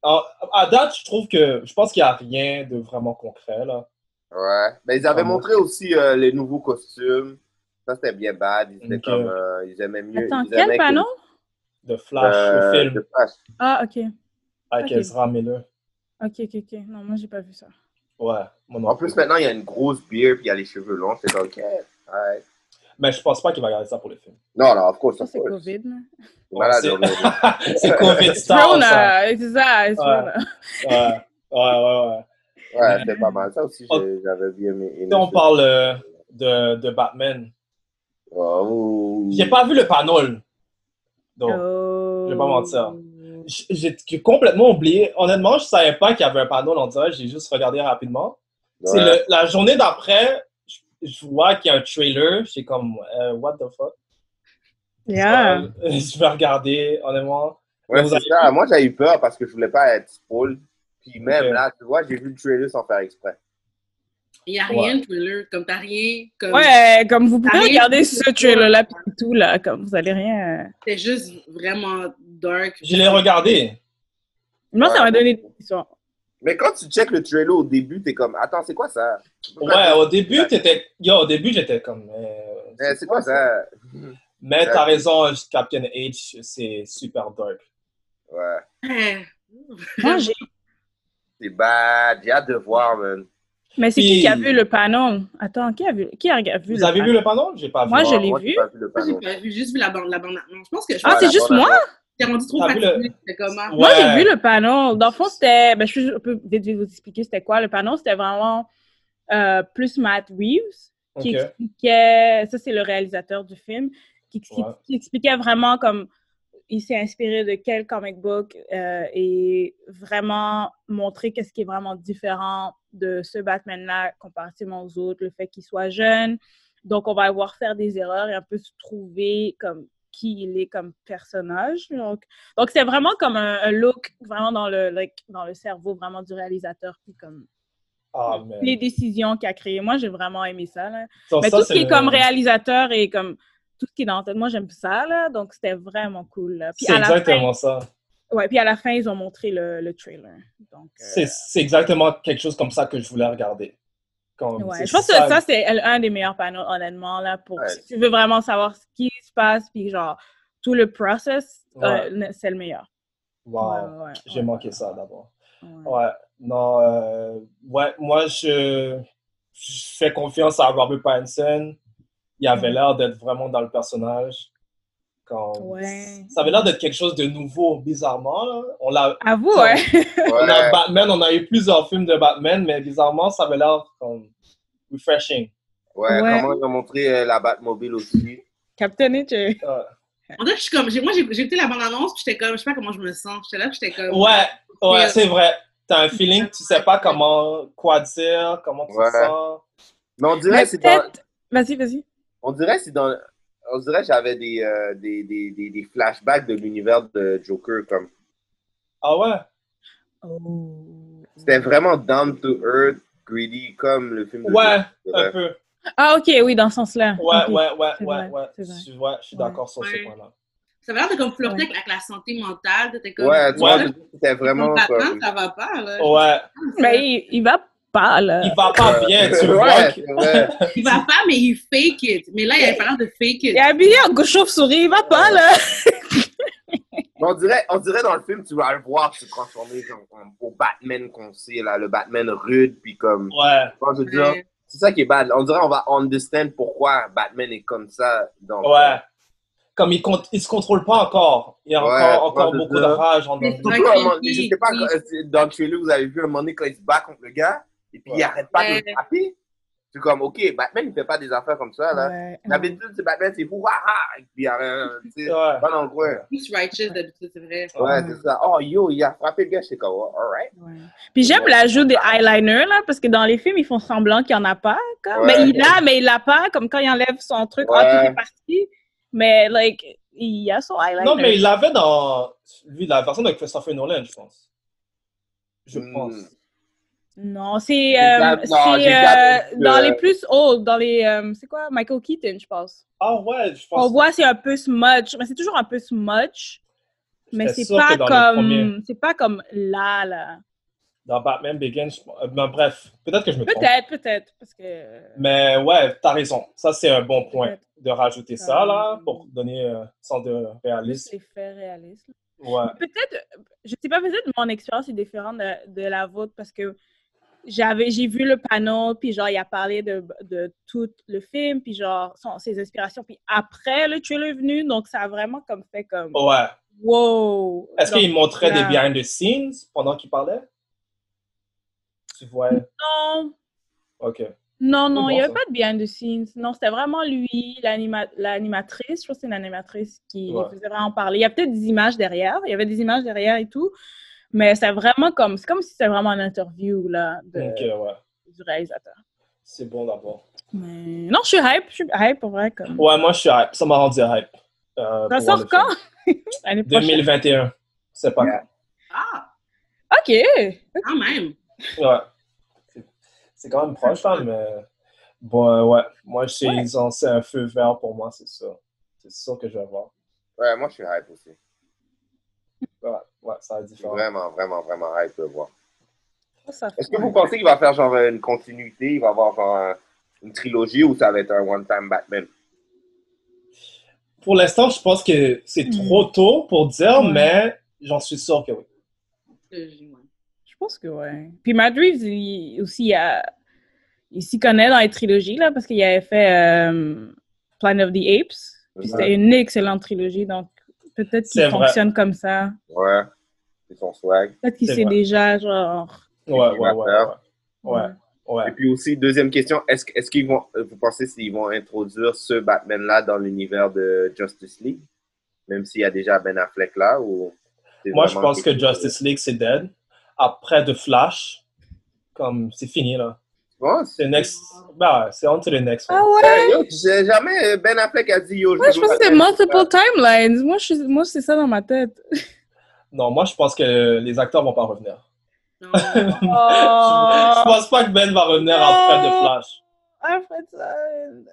[SPEAKER 6] Alors, à date, je trouve que je pense qu'il n'y a rien de vraiment concret, là.
[SPEAKER 5] Ouais. Mais ils avaient
[SPEAKER 6] Ah,
[SPEAKER 5] montré aussi euh, les nouveaux costumes. Ça, c'était bien bad. Ils, étaient
[SPEAKER 6] Ok.
[SPEAKER 5] comme, euh, ils aimaient mieux.
[SPEAKER 7] Attends,
[SPEAKER 5] ils
[SPEAKER 7] quel
[SPEAKER 5] aimaient que-
[SPEAKER 7] panneau?
[SPEAKER 6] De Flash,
[SPEAKER 5] Euh,
[SPEAKER 6] le film.
[SPEAKER 5] de Flash.
[SPEAKER 7] Ah, ok.
[SPEAKER 6] Avec
[SPEAKER 7] Ok.
[SPEAKER 6] Ezra Miller.
[SPEAKER 7] Ok, ok, ok. Non, moi, j'ai pas vu ça.
[SPEAKER 6] Ouais.
[SPEAKER 5] En plus, maintenant, il y a une grosse bière puis il y a les cheveux longs. C'est OK. Ouais.
[SPEAKER 6] Mais je pense pas qu'il va garder ça pour le film.
[SPEAKER 5] Non, non, of course,
[SPEAKER 7] Ça,
[SPEAKER 5] of
[SPEAKER 7] c'est
[SPEAKER 5] course.
[SPEAKER 7] COVID. là.
[SPEAKER 5] Voilà,
[SPEAKER 6] c'est-
[SPEAKER 5] donc, euh,
[SPEAKER 6] C'est Covid
[SPEAKER 7] It's
[SPEAKER 6] Star, ça.
[SPEAKER 7] Rona, it's that, it's
[SPEAKER 6] Ouais.
[SPEAKER 7] Rona.
[SPEAKER 6] Ouais, ouais, ouais. ouais.
[SPEAKER 5] Ouais, c'était pas mal. Ça aussi, j'ai- j'avais bien aimé. aimé
[SPEAKER 6] Si on
[SPEAKER 5] ça.
[SPEAKER 6] parle euh, de, de Batman,
[SPEAKER 5] Oh.
[SPEAKER 6] j'ai pas vu le panel. Donc, je vais pas mentir.
[SPEAKER 7] Oh.
[SPEAKER 6] J- J'ai j'ai complètement oublié. Honnêtement, je savais pas qu'il y avait un panel en direct. J'ai juste regardé rapidement. C'est
[SPEAKER 5] Ouais.
[SPEAKER 6] le- la journée d'après, je, je vois qu'il y a un trailer. J'ai comme, euh, what the fuck? Euh,
[SPEAKER 7] Yeah.
[SPEAKER 6] je vais regarder, honnêtement.
[SPEAKER 5] Ouais,
[SPEAKER 6] Vous
[SPEAKER 5] c'est
[SPEAKER 6] avez-
[SPEAKER 5] ça. Moi, j'ai eu peur parce que je voulais pas être spoil. Puis même là, tu vois, j'ai vu le trailer sans faire exprès.
[SPEAKER 9] Il n'y a rien de thriller, comme t'as rien. Comme...
[SPEAKER 7] Ouais, comme vous
[SPEAKER 9] t'as
[SPEAKER 7] pouvez
[SPEAKER 9] rien
[SPEAKER 7] regarder
[SPEAKER 9] de
[SPEAKER 7] ce trailer-là, puis tout, là, comme vous allez rien. euh,
[SPEAKER 9] C'était juste vraiment dark.
[SPEAKER 6] Je l'ai regardé.
[SPEAKER 7] Moi, ça m'a donné des histoires.
[SPEAKER 5] Mais quand tu checkes le trailer au début, t'es comme, attends, c'est quoi ça?
[SPEAKER 6] Ouais, au début, t'étais. Yo, au début, j'étais comme. euh,
[SPEAKER 5] Euh, c'est quoi ça?
[SPEAKER 6] Mais t'as raison, Captain H, c'est super dark.
[SPEAKER 5] Ouais,
[SPEAKER 9] Ouais.
[SPEAKER 5] c'est bad. J'ai hâte de voir, man.
[SPEAKER 7] Mais c'est qui
[SPEAKER 6] Puis-
[SPEAKER 7] qui a vu le panneau? Attends, qui a vu, qui a rega- vu
[SPEAKER 6] Vous avez vu le panneau? J'ai pas vu.
[SPEAKER 7] Moi, je l'ai
[SPEAKER 5] Moi,
[SPEAKER 7] vu.
[SPEAKER 5] j'ai pas vu le
[SPEAKER 9] Moi, j'ai
[SPEAKER 5] panneau.
[SPEAKER 9] pas vu, juste vu la bande, la bande annonce. Je pense que je
[SPEAKER 7] Ah,
[SPEAKER 5] Ouais,
[SPEAKER 7] c'est
[SPEAKER 5] la
[SPEAKER 7] juste
[SPEAKER 5] bande
[SPEAKER 7] moi?
[SPEAKER 9] t'es rendu trop
[SPEAKER 6] T'as vu
[SPEAKER 9] fatigué. C'était comment?
[SPEAKER 7] Moi,
[SPEAKER 6] Ouais.
[SPEAKER 7] j'ai vu le panneau. Dans le fond, c'était. Ben, je peux- je peux vite, vite vous expliquer c'était quoi. Le panneau, c'était vraiment euh, plus Matt Reeves qui
[SPEAKER 6] Ok.
[SPEAKER 7] expliquait. Ça, c'est le réalisateur du film. Qui, qui-
[SPEAKER 6] Ouais.
[SPEAKER 7] qui expliquait vraiment comme. Il s'est inspiré de quel comic book euh, et vraiment montrer qu'est-ce qui est vraiment différent de ce Batman-là comparativement aux autres, le fait qu'il soit jeune. Donc, on va avoir faire des erreurs et un peu se trouver comme qui il est comme personnage. Donc, donc, c'est vraiment comme un, un look vraiment dans le, like, dans le cerveau vraiment du réalisateur, puis comme
[SPEAKER 6] Ah, man.
[SPEAKER 7] les décisions qu'il a créées. Moi, j'ai vraiment aimé ça. là.
[SPEAKER 6] Donc,
[SPEAKER 7] Mais
[SPEAKER 6] ça,
[SPEAKER 7] Ben, tout ce
[SPEAKER 6] c'est
[SPEAKER 7] qui
[SPEAKER 6] le-
[SPEAKER 7] est comme réalisateur et comme tout ce qui est dans la tête, moi, j'aime ça. Là. Donc, c'était vraiment cool. là. Puis,
[SPEAKER 6] C'est
[SPEAKER 7] à la fin,
[SPEAKER 6] exactement ça.
[SPEAKER 7] ouais, puis à la fin, ils ont montré le, le trailer. Donc, euh,
[SPEAKER 6] C'est c'est exactement quelque chose comme ça que je voulais regarder. Comme,
[SPEAKER 7] ouais.
[SPEAKER 6] c'est
[SPEAKER 7] Je pense que ça, c'est un des meilleurs panneaux, honnêtement, là, pour
[SPEAKER 5] Ouais.
[SPEAKER 7] si tu veux vraiment savoir ce qui se passe, puis genre tout le process, euh, c'est le meilleur.
[SPEAKER 6] Wow.
[SPEAKER 7] Ouais, ouais, ouais,
[SPEAKER 6] J'ai
[SPEAKER 7] ouais,
[SPEAKER 6] manqué
[SPEAKER 7] ouais,
[SPEAKER 6] ça
[SPEAKER 7] ouais,
[SPEAKER 6] d'abord.
[SPEAKER 7] ouais.
[SPEAKER 6] Ouais, non, euh, ouais, moi je, je fais confiance à Robert Pattinson. Il avait l'air d'être vraiment dans le personnage. Quand...
[SPEAKER 7] Ouais.
[SPEAKER 6] Ça avait l'air d'être quelque chose de nouveau, bizarrement. là. On l'a,
[SPEAKER 7] À vous, hein.
[SPEAKER 6] Ça-
[SPEAKER 7] ouais.
[SPEAKER 6] on a
[SPEAKER 5] Ouais.
[SPEAKER 6] Batman, on a eu plusieurs films de Batman, mais bizarrement, ça avait l'air comme refreshing.
[SPEAKER 5] Ouais,
[SPEAKER 7] Ouais.
[SPEAKER 5] comment ils ont montré euh, la Batmobile aussi.
[SPEAKER 7] Captain H. euh,
[SPEAKER 6] Euh,
[SPEAKER 9] On dirait que je suis comme. j'ai- Moi, j'ai j'ai écouté la bande annonce, puis j'étais comme. Je sais pas comment je me sens. J'étais là, puis j'étais comme.
[SPEAKER 6] ouais, ouais,
[SPEAKER 9] Mais-
[SPEAKER 6] c'est vrai. T'as un feeling, tu sais pas comment, quoi dire, comment tu te
[SPEAKER 5] Ouais.
[SPEAKER 6] sens.
[SPEAKER 5] Mais on dirait
[SPEAKER 7] mais
[SPEAKER 5] que c'est dans...
[SPEAKER 7] peut-être- Vas-y, vas-y.
[SPEAKER 5] On dirait que c'est dans... On dirait que j'avais des, euh, des, des, des, des flashbacks de l'univers de Joker, comme...
[SPEAKER 6] Ah ouais?
[SPEAKER 5] C'était vraiment down to earth, greedy, comme le film de
[SPEAKER 6] Ouais,
[SPEAKER 5] Joker.
[SPEAKER 6] un peu.
[SPEAKER 7] Ah, ok, oui, dans ce sens-là.
[SPEAKER 6] Ouais,
[SPEAKER 7] Ok.
[SPEAKER 6] ouais, ouais,
[SPEAKER 7] c'est
[SPEAKER 6] ouais,
[SPEAKER 7] vrai,
[SPEAKER 6] ouais.
[SPEAKER 7] c'est vrai.
[SPEAKER 6] Je, ouais, je suis
[SPEAKER 7] Ouais.
[SPEAKER 6] d'accord sur ce
[SPEAKER 9] Ouais.
[SPEAKER 6] point-là.
[SPEAKER 9] Ça avait l'air de comme flirter
[SPEAKER 7] Ouais.
[SPEAKER 9] avec, avec la santé mentale. T'étais comme.
[SPEAKER 5] Ouais, tu vois,
[SPEAKER 6] Ouais.
[SPEAKER 5] je- c'était vraiment
[SPEAKER 9] Batman,
[SPEAKER 5] comme...
[SPEAKER 9] ça va pas, là.
[SPEAKER 6] Ouais,
[SPEAKER 7] Mais Ben, il, il va pas, là.
[SPEAKER 6] il va pas bien, tu
[SPEAKER 5] Euh, Ouais,
[SPEAKER 6] vois. que-
[SPEAKER 5] c'est vrai.
[SPEAKER 9] Il va pas, mais il fake it. Mais là, il avait pas l'air de fake
[SPEAKER 7] Il
[SPEAKER 9] it.
[SPEAKER 7] est habillé en gauche chauve-souris, il va pas, là.
[SPEAKER 5] Mais on dirait, on dirait dans le film, tu vas le voir se transformer genre, en- au Batman qu'on sait, là, le Batman rude, puis comme...
[SPEAKER 6] Ouais,
[SPEAKER 5] Quand je veux dire,
[SPEAKER 9] Ouais.
[SPEAKER 5] C'est ça qui est bad. On dirait on va understand pourquoi Batman est comme ça. Dans
[SPEAKER 6] ouais. Comme il, compte, il se contrôle pas encore. Il y a
[SPEAKER 5] Ouais,
[SPEAKER 6] encore,
[SPEAKER 5] tu vois,
[SPEAKER 6] encore
[SPEAKER 5] c'est
[SPEAKER 6] beaucoup
[SPEAKER 5] ça.
[SPEAKER 6] de rage en
[SPEAKER 9] C'est
[SPEAKER 6] lui.
[SPEAKER 9] ça.
[SPEAKER 5] Surtout, à un moment-
[SPEAKER 9] Oui,
[SPEAKER 5] je sais pas,
[SPEAKER 9] oui.
[SPEAKER 5] quand- euh, dans le trailer, vous avez vu un moment donné quand il se bat contre le gars, et puis il
[SPEAKER 6] Ouais.
[SPEAKER 5] arrête pas de
[SPEAKER 9] Ouais.
[SPEAKER 5] le frapper. C'est comme, ok, Batman, il fait pas des affaires comme ça, là.
[SPEAKER 7] Ouais, ouais.
[SPEAKER 5] D'habitude, c'est Batman, c'est vous, ah, ah, et puis il arrête, tu sais,
[SPEAKER 6] Ouais.
[SPEAKER 5] pas dans le coin.
[SPEAKER 9] Plus righteous d'habitude, c'est vrai.
[SPEAKER 5] Ouais, c'est ça. Oh, yo, il a frappé le gars, c'est comme, oh, alright.
[SPEAKER 7] Ouais. Puis j'aime l'ajout des eyeliners, là, parce que dans les films, ils font semblant qu'il y en a pas. Comme.
[SPEAKER 5] Ouais.
[SPEAKER 7] Mais il l'a, mais il l'a pas, comme quand il enlève son truc,
[SPEAKER 5] Ouais.
[SPEAKER 7] ah, tout est parti. Mais, like, il a son eyeliner.
[SPEAKER 6] Non, mais il l'avait dans lui, la version de Christopher Nolan, je pense. Je
[SPEAKER 5] Hmm.
[SPEAKER 6] pense.
[SPEAKER 7] Non, c'est
[SPEAKER 5] J'ai
[SPEAKER 7] euh,
[SPEAKER 5] zappé- non, j'ai
[SPEAKER 7] c'est,
[SPEAKER 5] zappé,
[SPEAKER 7] euh, dans
[SPEAKER 5] euh,
[SPEAKER 7] les plus old, dans les. euh, c'est quoi Michael Keaton, je pense.
[SPEAKER 6] Ah ouais, je pense.
[SPEAKER 7] On voit, c'est un peu smudge, mais c'est toujours un peu smudge. Mais
[SPEAKER 6] J'étais
[SPEAKER 7] c'est
[SPEAKER 6] sûr que
[SPEAKER 7] pas
[SPEAKER 6] dans le premier.
[SPEAKER 7] comme. C'est pas comme là, là.
[SPEAKER 6] Dans Batman Begins, je pense- euh, ben, bref, peut-être que je me trompe.
[SPEAKER 7] Peut-être, peut-être. Parce que.
[SPEAKER 6] Mais ouais, t'as raison. Ça, c'est un bon point
[SPEAKER 7] Peut-être.
[SPEAKER 6] de rajouter ça, là,
[SPEAKER 7] Euh,
[SPEAKER 6] pour donner euh, un sens de
[SPEAKER 7] Juste
[SPEAKER 6] réalisme.
[SPEAKER 7] les faits réalistes.
[SPEAKER 6] Ouais.
[SPEAKER 7] Peut-être, je sais pas, peut-être mon expérience est différente de, de la vôtre parce que j'avais, j'ai vu le panneau, puis genre, il a parlé de, de tout le film, puis genre, son- ses inspirations, puis après, le trailer est venu, donc ça a vraiment comme fait comme,
[SPEAKER 6] Ouais.
[SPEAKER 7] wow!
[SPEAKER 6] Est-ce
[SPEAKER 7] Donc,
[SPEAKER 6] qu'il montrait
[SPEAKER 7] là-
[SPEAKER 6] des behind the scenes pendant qu'il parlait? Tu vois,
[SPEAKER 7] Non,
[SPEAKER 6] ok.
[SPEAKER 7] non,
[SPEAKER 6] C'est
[SPEAKER 7] non, il
[SPEAKER 6] bon,
[SPEAKER 7] n'y avait
[SPEAKER 6] ça.
[SPEAKER 7] pas de behind the scenes. Non, c'était vraiment lui, l'anima- l'animatrice, je pense que c'est une animatrice qui
[SPEAKER 6] Ouais.
[SPEAKER 7] faisait vraiment parler. Il y a peut-être des images derrière, il y avait des images derrière et tout, mais c'est vraiment comme, c'est comme si c'était vraiment une interview, là, de-
[SPEAKER 6] Donc, euh, ouais,
[SPEAKER 7] du réalisateur.
[SPEAKER 6] c'est bon d'abord.
[SPEAKER 7] Mais non, je suis hype, je suis hype pour vrai. Comme...
[SPEAKER 6] Ouais, moi, je suis hype. Ça m'a rendu hype. euh,
[SPEAKER 7] Ça
[SPEAKER 6] pour voir
[SPEAKER 7] sort
[SPEAKER 6] le film.
[SPEAKER 7] quand L'année prochaine.
[SPEAKER 6] 2021. C'est pas
[SPEAKER 5] Yeah.
[SPEAKER 9] Ah,
[SPEAKER 7] Ok.
[SPEAKER 9] quand même.
[SPEAKER 6] grave. Ouais. C'est- C'est quand même proche, hein, mais bon, euh, ouais. Moi, c'est ouais. un feu vert pour moi, c'est sûr. C'est sûr que je vais voir.
[SPEAKER 5] Ouais, moi, je suis hype aussi.
[SPEAKER 6] Ouais, ouais ça va être différent.
[SPEAKER 5] Vraiment, vraiment, vraiment hype de voir. Est-ce que
[SPEAKER 7] Ouais.
[SPEAKER 5] vous pensez qu'il va faire genre une continuité, il va avoir genre un- une trilogie ou ça va être un one-time Batman?
[SPEAKER 6] Pour l'instant, je pense que c'est trop tôt pour dire, mais j'en suis sûr que oui.
[SPEAKER 9] Euh,
[SPEAKER 7] Je pense que oui. Puis Matt Reeves, il, aussi, il, a- il s'y connaît dans les trilogies, là, parce qu'il avait fait euh, Planet of the Apes. Puis
[SPEAKER 5] Ouais.
[SPEAKER 7] c'était une excellente trilogie, donc peut-être qu'il
[SPEAKER 5] C'est vrai.
[SPEAKER 7] fonctionne comme ça.
[SPEAKER 5] Ouais, c'est son swag.
[SPEAKER 7] Peut-être qu'il sait déjà, genre...
[SPEAKER 5] Ouais, ouais, ouais,
[SPEAKER 6] ouais.
[SPEAKER 5] Et puis aussi, deuxième question, est-ce que- est-ce qu'ils vont, euh, vous pensez s'ils vont introduire ce Batman-là dans l'univers de Justice League? Même s'il y a déjà Ben Affleck là ou... c'est
[SPEAKER 6] Moi, je
[SPEAKER 5] vraiment
[SPEAKER 6] pense que
[SPEAKER 5] quelque chose-
[SPEAKER 6] Justice League, c'est dead. Après The Flash, comme c'est fini, là. c'est next. Bah, ouais, c'est on to the next one.
[SPEAKER 5] Eh, yo, j'ai jamais Ben Affleck a dit yo.
[SPEAKER 7] Ah Ouais, je pense que c'est multiple timelines. Moi, je- moi, c'est ça dans ma tête.
[SPEAKER 6] Non, moi, je pense que les acteurs vont pas revenir. Je
[SPEAKER 7] Oh,
[SPEAKER 6] pense pas que Ben va revenir après The
[SPEAKER 7] Ah.
[SPEAKER 6] Flash.
[SPEAKER 7] Alfred, ça-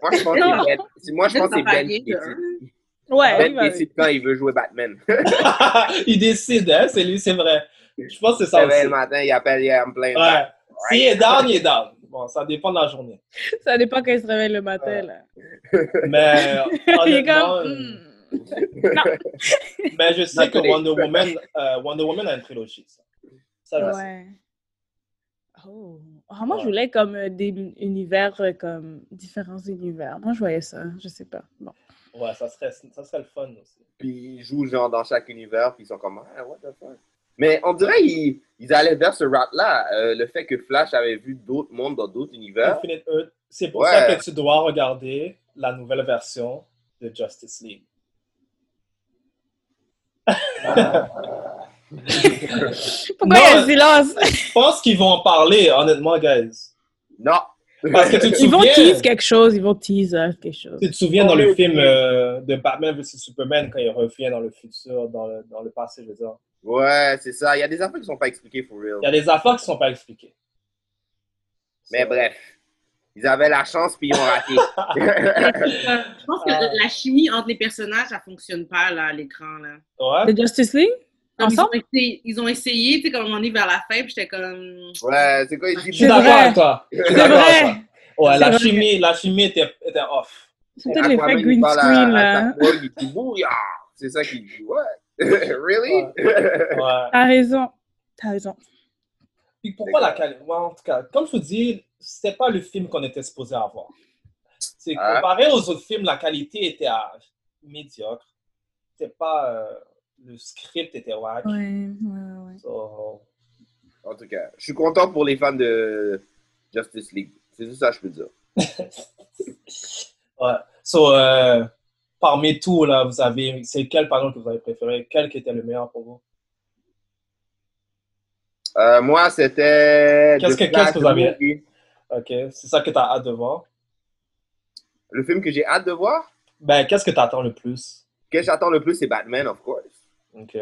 [SPEAKER 5] Moi, je pense que c'est Ben. c'est- Moi, je pense que c'est Ben qui décide. Ben
[SPEAKER 7] il va-
[SPEAKER 5] décide quand il veut jouer Batman.
[SPEAKER 6] il décide, hein, c'est lui, c'est vrai. Je pense que c'est ça
[SPEAKER 5] C'est vrai,
[SPEAKER 6] aussi.
[SPEAKER 5] le matin, il appelle, il me plaint.
[SPEAKER 6] Ouais. S'il est down, il est down. Bon, ça dépend de la journée.
[SPEAKER 7] Ça dépend quand il se réveille le matin, là.
[SPEAKER 6] Mais
[SPEAKER 5] Ah,
[SPEAKER 6] euh,
[SPEAKER 7] Il est
[SPEAKER 6] honnêtement,
[SPEAKER 7] comme, hmm.
[SPEAKER 6] euh, mais je sais que
[SPEAKER 7] Désolé.
[SPEAKER 6] Wonder Woman, euh, Wonder Woman a une trilogie. Ça, ça je sais.
[SPEAKER 7] Ouais. Oh. Ah, moi, je voulais comme euh, des univers, euh, comme différents univers. Moi, je voyais ça, je sais pas. Bon.
[SPEAKER 6] Ouais, ça serait, ça serait le fun aussi.
[SPEAKER 5] Puis ils jouent genre dans chaque univers, puis ils sont comme, ah, what the fuck. Mais on dirait qu'ils ils allaient vers ce rap-là. euh, le fait que Flash avait vu d'autres mondes dans d'autres univers.
[SPEAKER 6] Infinite Earth, c'est pour
[SPEAKER 5] Hein? Ouais.
[SPEAKER 6] ça que tu dois regarder la nouvelle version de Justice League.
[SPEAKER 7] Pourquoi il y a un silence?
[SPEAKER 6] Je pense qu'ils vont en parler, honnêtement, guys.
[SPEAKER 5] Non.
[SPEAKER 6] Parce que tu te
[SPEAKER 7] Ils vont
[SPEAKER 6] souviens-
[SPEAKER 7] tease Oh, quelque chose, ils vont teaser quelque chose.
[SPEAKER 6] Tu te souviens dans le film euh, de Batman vs Superman quand il revient dans le futur, dans le, dans le passé, je veux dire.
[SPEAKER 5] Ouais, c'est ça. Il y a des affaires qui sont pas expliquées, for real.
[SPEAKER 6] Il y a des affaires qui sont pas expliquées.
[SPEAKER 5] Mais bref, ils avaient la chance, puis ils ont raté.
[SPEAKER 9] Je pense que la- la chimie entre les personnages, ça fonctionne pas là, à l'écran. là.
[SPEAKER 7] The Justice League?
[SPEAKER 9] Comme Ils ont
[SPEAKER 7] Ensemble?
[SPEAKER 9] essayé, ils ont essayé, tu sais, comme on est vers la fin, puis j'étais comme.
[SPEAKER 5] ouais, c'est quoi, il
[SPEAKER 6] Je suis d'accord avec toi. Je suis d'accord avec toi. Ouais,
[SPEAKER 9] C'est
[SPEAKER 6] la
[SPEAKER 9] vrai.
[SPEAKER 6] chimie, la chimie était, était off.
[SPEAKER 7] C'est
[SPEAKER 5] peut-être l'effet Aquaman, il green parle à- screen, à là. Il dit bouillard. C'est ça qu'il dit. Ouais. really?
[SPEAKER 6] Ouais.
[SPEAKER 7] T'as raison. T'as raison.
[SPEAKER 6] Puis pourquoi la qualité En tout cas, comme je vous dis, c'était pas le film qu'on était supposé avoir. C'est
[SPEAKER 5] Ah.
[SPEAKER 6] comparé aux autres films, la qualité était ah, médiocre. C'était pas euh, le script était wack. So,
[SPEAKER 5] En tout cas, je suis content pour les fans de Justice League. C'est tout ça que je peux dire.
[SPEAKER 6] ouais. So, euh, parmi tout là, vous avez c'est quel pardon que vous avez préféré Quel qui était le meilleur pour vous
[SPEAKER 5] Euh, moi, c'était.
[SPEAKER 6] Qu'est-ce
[SPEAKER 5] The
[SPEAKER 6] que
[SPEAKER 5] Flash
[SPEAKER 6] qu'est-ce que vous avez
[SPEAKER 5] Movie.
[SPEAKER 6] Ok, c'est ça que t'as hâte de voir.
[SPEAKER 5] Le film que j'ai hâte de voir,
[SPEAKER 6] Ben qu'est-ce que t'attends le plus
[SPEAKER 5] que j'attends le plus, c'est Batman, of course.
[SPEAKER 6] Ok.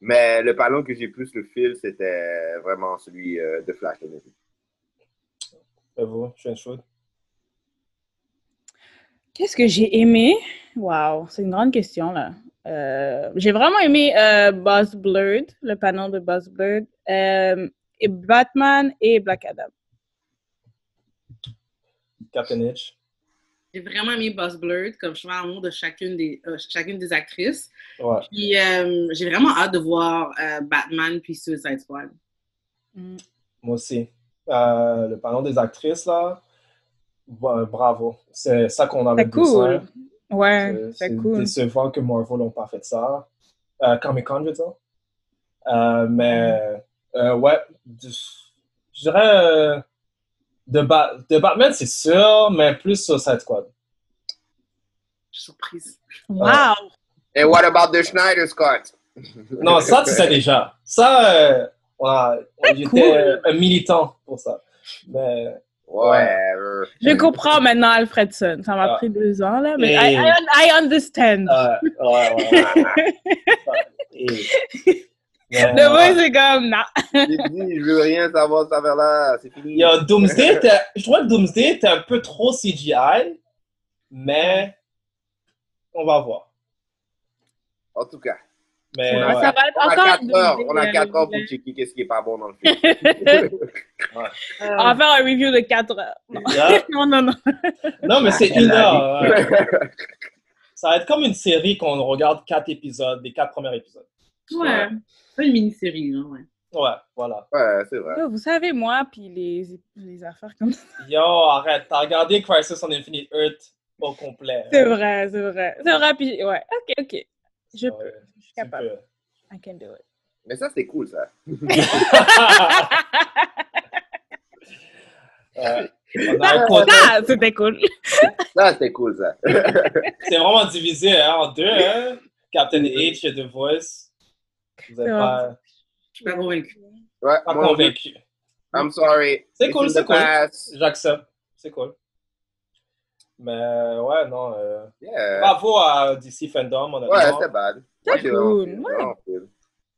[SPEAKER 5] Mais le ballon que j'ai plus le fil, c'était vraiment celui euh, de Flash. the Movie.
[SPEAKER 6] Et vous, je suis un chaude.
[SPEAKER 7] Qu'est-ce que j'ai aimé? Wow, c'est une grande question là. Euh, j'ai vraiment aimé euh, Buzz Blurred, le panel de Buzz Blurred, euh, et Batman et Black Adam.
[SPEAKER 6] Captain Hitch.
[SPEAKER 9] J'ai vraiment aimé Boss Blurred, comme je suis vraiment amour de chacune des, euh, chacune des actrices.
[SPEAKER 6] Ouais.
[SPEAKER 9] Puis euh, j'ai vraiment hâte de voir euh, Batman puis Suicide Squad.
[SPEAKER 6] Moi aussi. Euh, le panneau des actrices, là, bah, bravo. C'est ça qu'on avait
[SPEAKER 7] C'est cool. Ouais, c'est cool.
[SPEAKER 6] décevant que Marvel n'ont pas fait ça. Euh, Comic-Con, je veux dire. Euh, mais, euh, ouais, du- je dirais euh, de, Ba- de Batman, c'est sûr, mais plus Suicide Squad.
[SPEAKER 9] Surprise.
[SPEAKER 7] Wow!
[SPEAKER 5] Et what about the Schneider Scott?
[SPEAKER 6] Non, ça, tu sais déjà. Ça, euh, on a- on- j'étais euh, un militant pour ça. Mais,
[SPEAKER 5] Whatever.
[SPEAKER 7] Je comprends maintenant Alfredson. Ça m'a
[SPEAKER 6] Ah.
[SPEAKER 7] pris deux ans là, mais I,
[SPEAKER 6] Et-
[SPEAKER 5] Ah.
[SPEAKER 6] euh,
[SPEAKER 7] I un- I understand.
[SPEAKER 6] Ouais, ouais, ouais, ouais. Et-
[SPEAKER 7] Yeah. The Voice, c'est comme, non.
[SPEAKER 5] J'ai dit, je veux rien savoir de cette affaire-là. C'est fini.
[SPEAKER 6] Yo, Doomsday, était- je trouvais que Doomsday était un peu trop CGI, mais on va voir.
[SPEAKER 5] En tout cas.
[SPEAKER 6] Mais
[SPEAKER 5] Euh, on
[SPEAKER 6] ouais.
[SPEAKER 5] a,
[SPEAKER 6] Ça va être
[SPEAKER 5] on a
[SPEAKER 6] encore
[SPEAKER 5] quatre heures. On a
[SPEAKER 7] Doomsday,
[SPEAKER 5] 4 heures pour
[SPEAKER 7] mais-
[SPEAKER 5] checker qu'est-ce qui est pas bon dans le film.
[SPEAKER 7] On va faire un review de 4 heures. Non,
[SPEAKER 5] Ah.
[SPEAKER 6] Yeah.
[SPEAKER 7] non, non, non.
[SPEAKER 6] Non, mais c'est une
[SPEAKER 7] Ah,
[SPEAKER 6] heure.
[SPEAKER 7] la
[SPEAKER 6] ouais. Ça va être comme une série qu'on regarde quatre épisodes, les quatre premiers épisodes.
[SPEAKER 9] Ouais. Pas une mini-série, là, ouais.
[SPEAKER 6] Ouais, voilà.
[SPEAKER 5] Ouais, c'est vrai.
[SPEAKER 7] Yo, Vous savez, moi, puis les, les affaires comme ça.
[SPEAKER 6] Yo, arrête, t'as regardé Crisis on Infinite Earth au complet.
[SPEAKER 7] C'est vrai, c'est vrai. C'est vrai, puis ouais. OK, OK.
[SPEAKER 6] Ah
[SPEAKER 7] Je peux. Je suis capable. I can do it.
[SPEAKER 5] Mais ça, c'est cool, ça.
[SPEAKER 6] Ouais. On a un
[SPEAKER 7] Ça,
[SPEAKER 6] quota.
[SPEAKER 7] ça, c'était cool.
[SPEAKER 5] Ça, c'est cool, ça.
[SPEAKER 6] C'est vraiment divisé hein, en deux, hein? Captain H et The Voice. Vous
[SPEAKER 9] Ouais.
[SPEAKER 6] êtes pas,
[SPEAKER 9] Je suis pas convaincue.
[SPEAKER 5] Ouais,
[SPEAKER 6] pas
[SPEAKER 5] moi,
[SPEAKER 6] convaincu.
[SPEAKER 5] I'm sorry.
[SPEAKER 6] C'est cool,
[SPEAKER 5] It's
[SPEAKER 6] c'est
[SPEAKER 5] in the
[SPEAKER 6] cool.
[SPEAKER 5] past.
[SPEAKER 6] J'accepte. C'est cool. Mais ouais, non. euh,
[SPEAKER 5] Yeah.
[SPEAKER 6] Bravo à DC Fandom. honnêtement.
[SPEAKER 5] Ouais, c'était bad.
[SPEAKER 7] C'est
[SPEAKER 5] Ouais, vraiment
[SPEAKER 7] cool,
[SPEAKER 5] cool,
[SPEAKER 7] ouais.
[SPEAKER 5] vraiment cool.
[SPEAKER 7] Ils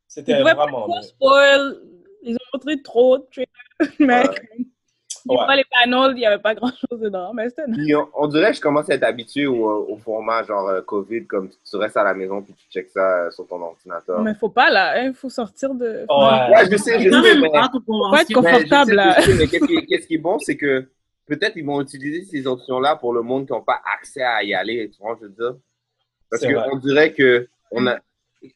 [SPEAKER 6] C'était
[SPEAKER 7] pouvaient pas
[SPEAKER 6] vraiment.
[SPEAKER 7] trop spoil. Ils ont montré trop de trailers, mais comme, des
[SPEAKER 5] Ouais.
[SPEAKER 7] fois, les panneaux, il n'y avait pas grand-chose dedans, mais c'était nice.
[SPEAKER 5] Puis on, on dirait que je commence à être habitué au, au format genre euh, COVID, comme tu, tu restes à la maison puis tu checks ça euh, sur ton ordinateur.
[SPEAKER 7] Mais faut pas, là. Il faut sortir de...
[SPEAKER 5] Ouais. je sais, je
[SPEAKER 9] Quand
[SPEAKER 5] sais.
[SPEAKER 9] même
[SPEAKER 5] mais-
[SPEAKER 9] hâte aux
[SPEAKER 7] Faut
[SPEAKER 9] conventions.
[SPEAKER 5] Mais Ben,
[SPEAKER 7] pas être
[SPEAKER 5] je sais,
[SPEAKER 7] confortable,
[SPEAKER 5] je
[SPEAKER 7] là.
[SPEAKER 5] sais, mais qu'est-ce qui, qu'est-ce qui est bon, c'est que peut-être ils vont utiliser ces options-là pour le monde qui n'a pas accès à y aller, tu vois, je veux dire. Parce
[SPEAKER 6] C'est vrai.
[SPEAKER 5] qu'on dirait que on a,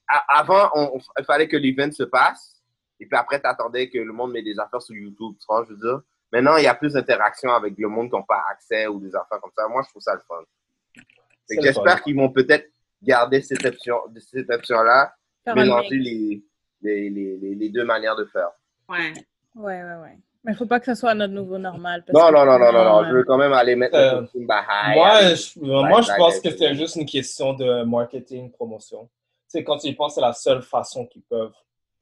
[SPEAKER 5] a- avant, on- on- il fallait que l'event se passe, et puis après, tu attendais que le monde mette des affaires sur YouTube, tu vois, je veux dire. Maintenant, il y a plus d'interaction avec le monde qui n'a pas accès ou des affaires comme ça. Moi, je trouve ça le fun. Fait
[SPEAKER 6] C'est
[SPEAKER 5] que
[SPEAKER 6] le fun.
[SPEAKER 5] J'espère qu'ils vont peut-être garder cette option, cette option-là,
[SPEAKER 7] Faire un
[SPEAKER 5] mélanger les, les, les, les- les deux manières de faire.
[SPEAKER 9] Ouais.
[SPEAKER 7] Ouais, ouais, ouais. Mais faut pas que ça soit notre nouveau normal. parce
[SPEAKER 5] Non,
[SPEAKER 7] que-
[SPEAKER 5] non, non, non, non, non,
[SPEAKER 7] euh,
[SPEAKER 5] je veux quand même aller mettre
[SPEAKER 6] Euh,
[SPEAKER 5] le costume Baha'i.
[SPEAKER 6] Moi,
[SPEAKER 5] Allez.
[SPEAKER 6] je, moi, je
[SPEAKER 5] bye, bye.
[SPEAKER 6] pense que c'était juste une question de marketing, promotion. Tu sais, quand tu y penses, c'est la seule façon qu'ils peuvent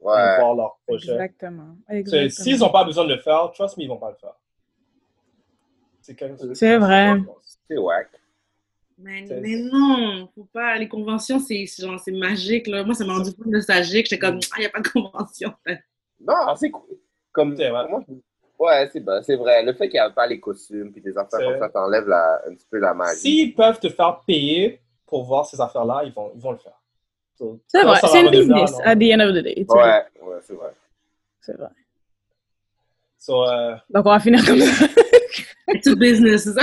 [SPEAKER 5] Ouais.
[SPEAKER 6] voir leur projet.
[SPEAKER 7] Exactement.
[SPEAKER 6] C'est-
[SPEAKER 7] exactement.
[SPEAKER 6] S'ils n'ont pas besoin de le faire, trust me, ils vont pas le faire. C'est quelque chose-
[SPEAKER 7] C'est vrai.
[SPEAKER 5] C'est whack.
[SPEAKER 9] Mais,
[SPEAKER 6] C'est-
[SPEAKER 9] mais non, faut pas. Les conventions, c'est c'est genre, c'est magique, là. Moi, ça m'a rendu plus nostalgique. J'étais comme, ah, il n'y a pas de convention.
[SPEAKER 5] Non, c'est cool. Comme,
[SPEAKER 6] C'est vrai.
[SPEAKER 5] comment je- Ouais, c'est bon, c'est vrai. Le fait qu'il n'y a pas les costumes puis des affaires
[SPEAKER 6] C'est
[SPEAKER 5] comme
[SPEAKER 6] vrai.
[SPEAKER 5] ça, t'enlève la- un petit peu la magie.
[SPEAKER 6] S'ils peuvent te faire payer pour voir ces affaires-là, ils vont, ils vont le faire. So,
[SPEAKER 7] C'est
[SPEAKER 6] quand
[SPEAKER 7] vrai.
[SPEAKER 6] ça va
[SPEAKER 7] C'est une
[SPEAKER 6] redevenir,
[SPEAKER 7] business,
[SPEAKER 6] non.
[SPEAKER 7] at the end of the day. it's a
[SPEAKER 5] Ouais, ouais, c'est vrai.
[SPEAKER 7] C'est vrai.
[SPEAKER 6] So, euh,
[SPEAKER 7] Donc, on va finir comme ça.
[SPEAKER 9] It's a business, c'est ça?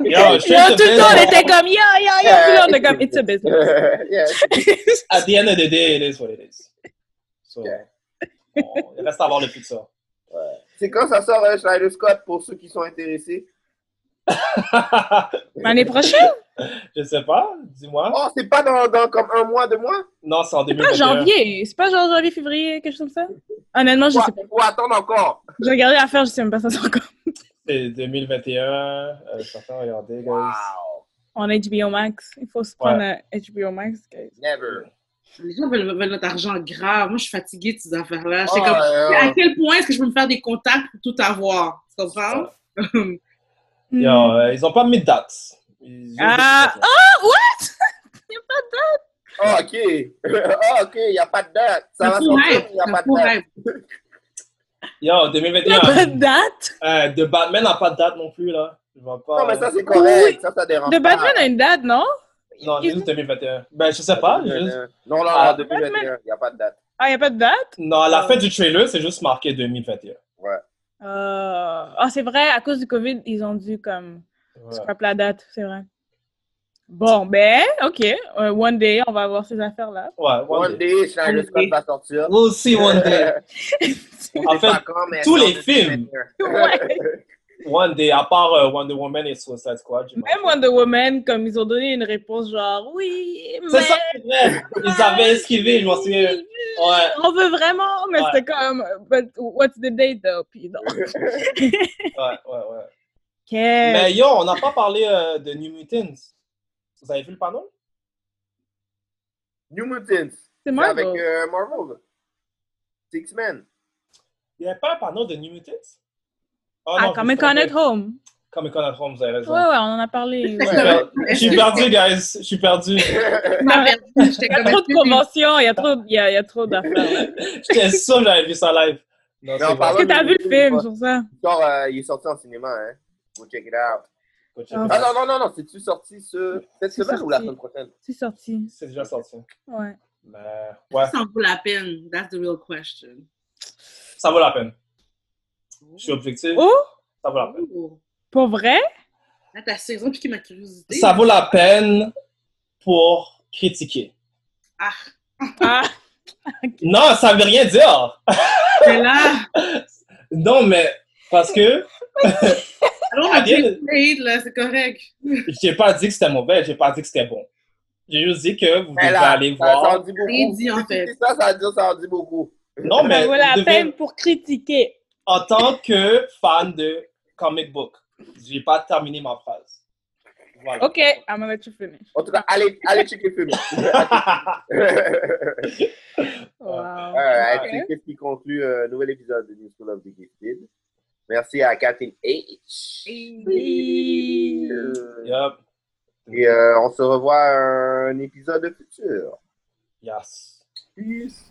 [SPEAKER 6] yo,
[SPEAKER 7] Yo,
[SPEAKER 6] Ah, je sais
[SPEAKER 7] tout
[SPEAKER 6] que
[SPEAKER 7] le temps, on
[SPEAKER 6] business-
[SPEAKER 7] était comme, yo, yo, yo. Puis là, on est comme, it's a
[SPEAKER 5] Euh.
[SPEAKER 7] business.
[SPEAKER 5] Yeah,
[SPEAKER 6] At the end of the day, it is what it is. So,
[SPEAKER 5] Yeah.
[SPEAKER 6] on- il reste à voir le futur.
[SPEAKER 5] c'est quand ça sort euh, Schneider Scott pour ceux qui sont intéressés.
[SPEAKER 7] L'année prochaine?
[SPEAKER 6] je sais pas, dis-moi.
[SPEAKER 5] Oh, c'est pas dans, dans comme un mois, deux mois?
[SPEAKER 6] Non, c'est en
[SPEAKER 7] C'est pas
[SPEAKER 6] 2021.
[SPEAKER 7] Ah, janvier. C'est pas genre janvier, février, quelque chose comme ça? Honnêtement, je
[SPEAKER 5] Faut,
[SPEAKER 7] sais pas.
[SPEAKER 5] faut attendre encore.
[SPEAKER 7] J'ai regardé l'affaire, je sais même pas ça c'est encore.
[SPEAKER 6] C'est 2021. Euh, je suis en train de regarder, guys.
[SPEAKER 5] Wow.
[SPEAKER 7] On HBO Max. Il faut se prendre euh, un HBO Max, guys.
[SPEAKER 5] Never.
[SPEAKER 9] Les gens veulent, veulent notre argent grave. Moi, je suis fatiguée de ces affaires-là. J'étais
[SPEAKER 5] Oh,
[SPEAKER 9] comme,
[SPEAKER 5] yeah.
[SPEAKER 9] à quel point est-ce que je peux me faire des contacts pour tout avoir? Tu comprends?
[SPEAKER 6] Yo, euh, ils ont pas mis de date. Ils-
[SPEAKER 7] Hmm. Ah, oh, what? Il y a pas de date.
[SPEAKER 5] Ah, ok. Ah, ok, il n'y a pas de date. Ça va
[SPEAKER 9] Ça
[SPEAKER 5] sortir,
[SPEAKER 9] pourrait,
[SPEAKER 5] il n'y a
[SPEAKER 9] ça
[SPEAKER 5] pas de date.
[SPEAKER 9] pourrait.
[SPEAKER 6] Yo,
[SPEAKER 7] Il y a pas
[SPEAKER 6] 2021.
[SPEAKER 7] de date?
[SPEAKER 6] Euh, The Batman n'a pas de date non plus, là. Je vois pas.
[SPEAKER 5] Non, mais ça, c'est correct.
[SPEAKER 7] Oui.
[SPEAKER 5] Ça, ça dérange
[SPEAKER 7] The
[SPEAKER 5] pas.
[SPEAKER 7] Batman a une date, non?
[SPEAKER 6] Non,
[SPEAKER 7] Ils-
[SPEAKER 6] juste 2021. Ben, je sais pas. Juste...
[SPEAKER 5] hein. Non, non, non,
[SPEAKER 6] Ah,
[SPEAKER 5] 2021, il n'y a pas de date.
[SPEAKER 7] Ah, il n'y a pas de date?
[SPEAKER 6] Non, à la fin du trailer, c'est juste marqué 2021.
[SPEAKER 5] Ouais.
[SPEAKER 7] Euh, Ah, c'est vrai, à cause du COVID, ils ont dû comme
[SPEAKER 6] Ouais.
[SPEAKER 7] scrap la date, c'est vrai. Bon, ben, OK. Euh, one day, on va voir ces affaires-là.
[SPEAKER 6] Ouais, one
[SPEAKER 5] One
[SPEAKER 6] day.
[SPEAKER 5] day, Schneider
[SPEAKER 9] One
[SPEAKER 5] Scott
[SPEAKER 9] day.
[SPEAKER 5] va sortir.
[SPEAKER 6] We'll see one day. En
[SPEAKER 5] On sait
[SPEAKER 6] fait,
[SPEAKER 5] pas quand, mais
[SPEAKER 6] tous
[SPEAKER 5] ça,
[SPEAKER 6] les
[SPEAKER 5] on
[SPEAKER 6] films.
[SPEAKER 5] sait.
[SPEAKER 7] Ouais.
[SPEAKER 6] One day, à part euh, Wonder Woman et Suicide Squad. j'ai
[SPEAKER 7] Même
[SPEAKER 6] manqué.
[SPEAKER 7] Wonder Woman, comme ils ont donné une réponse genre, oui, mais...
[SPEAKER 6] C'est ça, c'est vrai. Ils avaient esquivé, je m'en souviens. Ouais.
[SPEAKER 7] On veut vraiment, mais
[SPEAKER 6] Ouais.
[SPEAKER 7] c'était comme, but what's the date though? Puis non.
[SPEAKER 6] Ouais, ouais, ouais.
[SPEAKER 7] Qu'est-ce-
[SPEAKER 6] Mais yo, on n'a pas parlé euh, de New Mutants. Vous avez vu le panneau?
[SPEAKER 5] New Mutants.
[SPEAKER 7] C'est
[SPEAKER 5] C'est
[SPEAKER 7] Marvel.
[SPEAKER 5] Avec euh, Marvel. C'est X-Men.
[SPEAKER 6] Il n'y avait pas un panneau de New Mutants? Oh, non,
[SPEAKER 7] à
[SPEAKER 6] je me
[SPEAKER 7] Ah, Comic
[SPEAKER 6] suis
[SPEAKER 7] Con
[SPEAKER 6] trompé.
[SPEAKER 7] at Home.
[SPEAKER 6] Comic Con à Rome, vous avez raison.
[SPEAKER 7] Ouais, ouais, on en a parlé.
[SPEAKER 6] Je suis per- Je suis perdu, guys. Je suis perdu.
[SPEAKER 7] Il y a trop de conventions, il y a trop, il y a, il y a trop d'affaires.
[SPEAKER 6] J'étais sûr que j'avais vu ça live. Non, c'est
[SPEAKER 5] en
[SPEAKER 6] vrai.
[SPEAKER 5] parlant
[SPEAKER 7] Est-ce que t'as
[SPEAKER 5] de-
[SPEAKER 7] vu le film sur ça?
[SPEAKER 5] Genre, euh, il est sorti en cinéma, hein? Go check it out.
[SPEAKER 6] Go check it
[SPEAKER 5] Ah
[SPEAKER 6] out.
[SPEAKER 5] non, non, non, non, c'est-tu sorti ce... cette
[SPEAKER 7] C'est
[SPEAKER 5] semaine ou la
[SPEAKER 7] sorti.
[SPEAKER 5] semaine prochaine?
[SPEAKER 7] C'est sorti.
[SPEAKER 6] C'est déjà sorti.
[SPEAKER 7] Ouais.
[SPEAKER 6] Mais ouais,
[SPEAKER 9] Ça en vaut la peine. That's the real question.
[SPEAKER 6] ça vaut la peine. Je suis objectif.
[SPEAKER 7] Oh!
[SPEAKER 6] Ça vaut la peine.
[SPEAKER 9] Oh.
[SPEAKER 7] Pour vrai?
[SPEAKER 9] Là, t'as saison piqué ma curiosité.
[SPEAKER 6] Ça vaut la peine pour critiquer.
[SPEAKER 9] Ah,
[SPEAKER 7] Ah,
[SPEAKER 6] Non, ça veut rien dire.
[SPEAKER 9] mais là,
[SPEAKER 6] Non, mais parce que
[SPEAKER 9] allons
[SPEAKER 6] Ah,
[SPEAKER 9] la
[SPEAKER 6] bien.
[SPEAKER 9] hate, là, c'est correct.
[SPEAKER 6] j'ai pas dit que c'était mauvais, j'ai pas dit que c'était bon. J'ai juste dit que vous devez aller
[SPEAKER 5] ça, ça en
[SPEAKER 6] voir.
[SPEAKER 5] dit beaucoup.
[SPEAKER 9] Il dit, en
[SPEAKER 5] Si tu
[SPEAKER 9] fait.
[SPEAKER 5] dis ça, ça veut dire ça en dit beaucoup.
[SPEAKER 6] Non, Oh, mais
[SPEAKER 7] ça vaut la
[SPEAKER 6] vous devez-
[SPEAKER 7] peine pour critiquer.
[SPEAKER 6] en tant que fan de comic book, j'ai pas terminé ma phrase. Voilà.
[SPEAKER 7] OK, I'm gonna let you finish.
[SPEAKER 5] En tout cas, allez, allez checker le film.
[SPEAKER 7] Wow.
[SPEAKER 5] Alright, Ah,
[SPEAKER 7] Ok.
[SPEAKER 5] c'est qu'est-ce qui conclut un nouvel épisode de New School of the Gifted. Merci à Catherine H. Euh,
[SPEAKER 6] Yup.
[SPEAKER 5] Et euh, on se revoit à un épisode futur.
[SPEAKER 6] Yes.
[SPEAKER 5] Peace.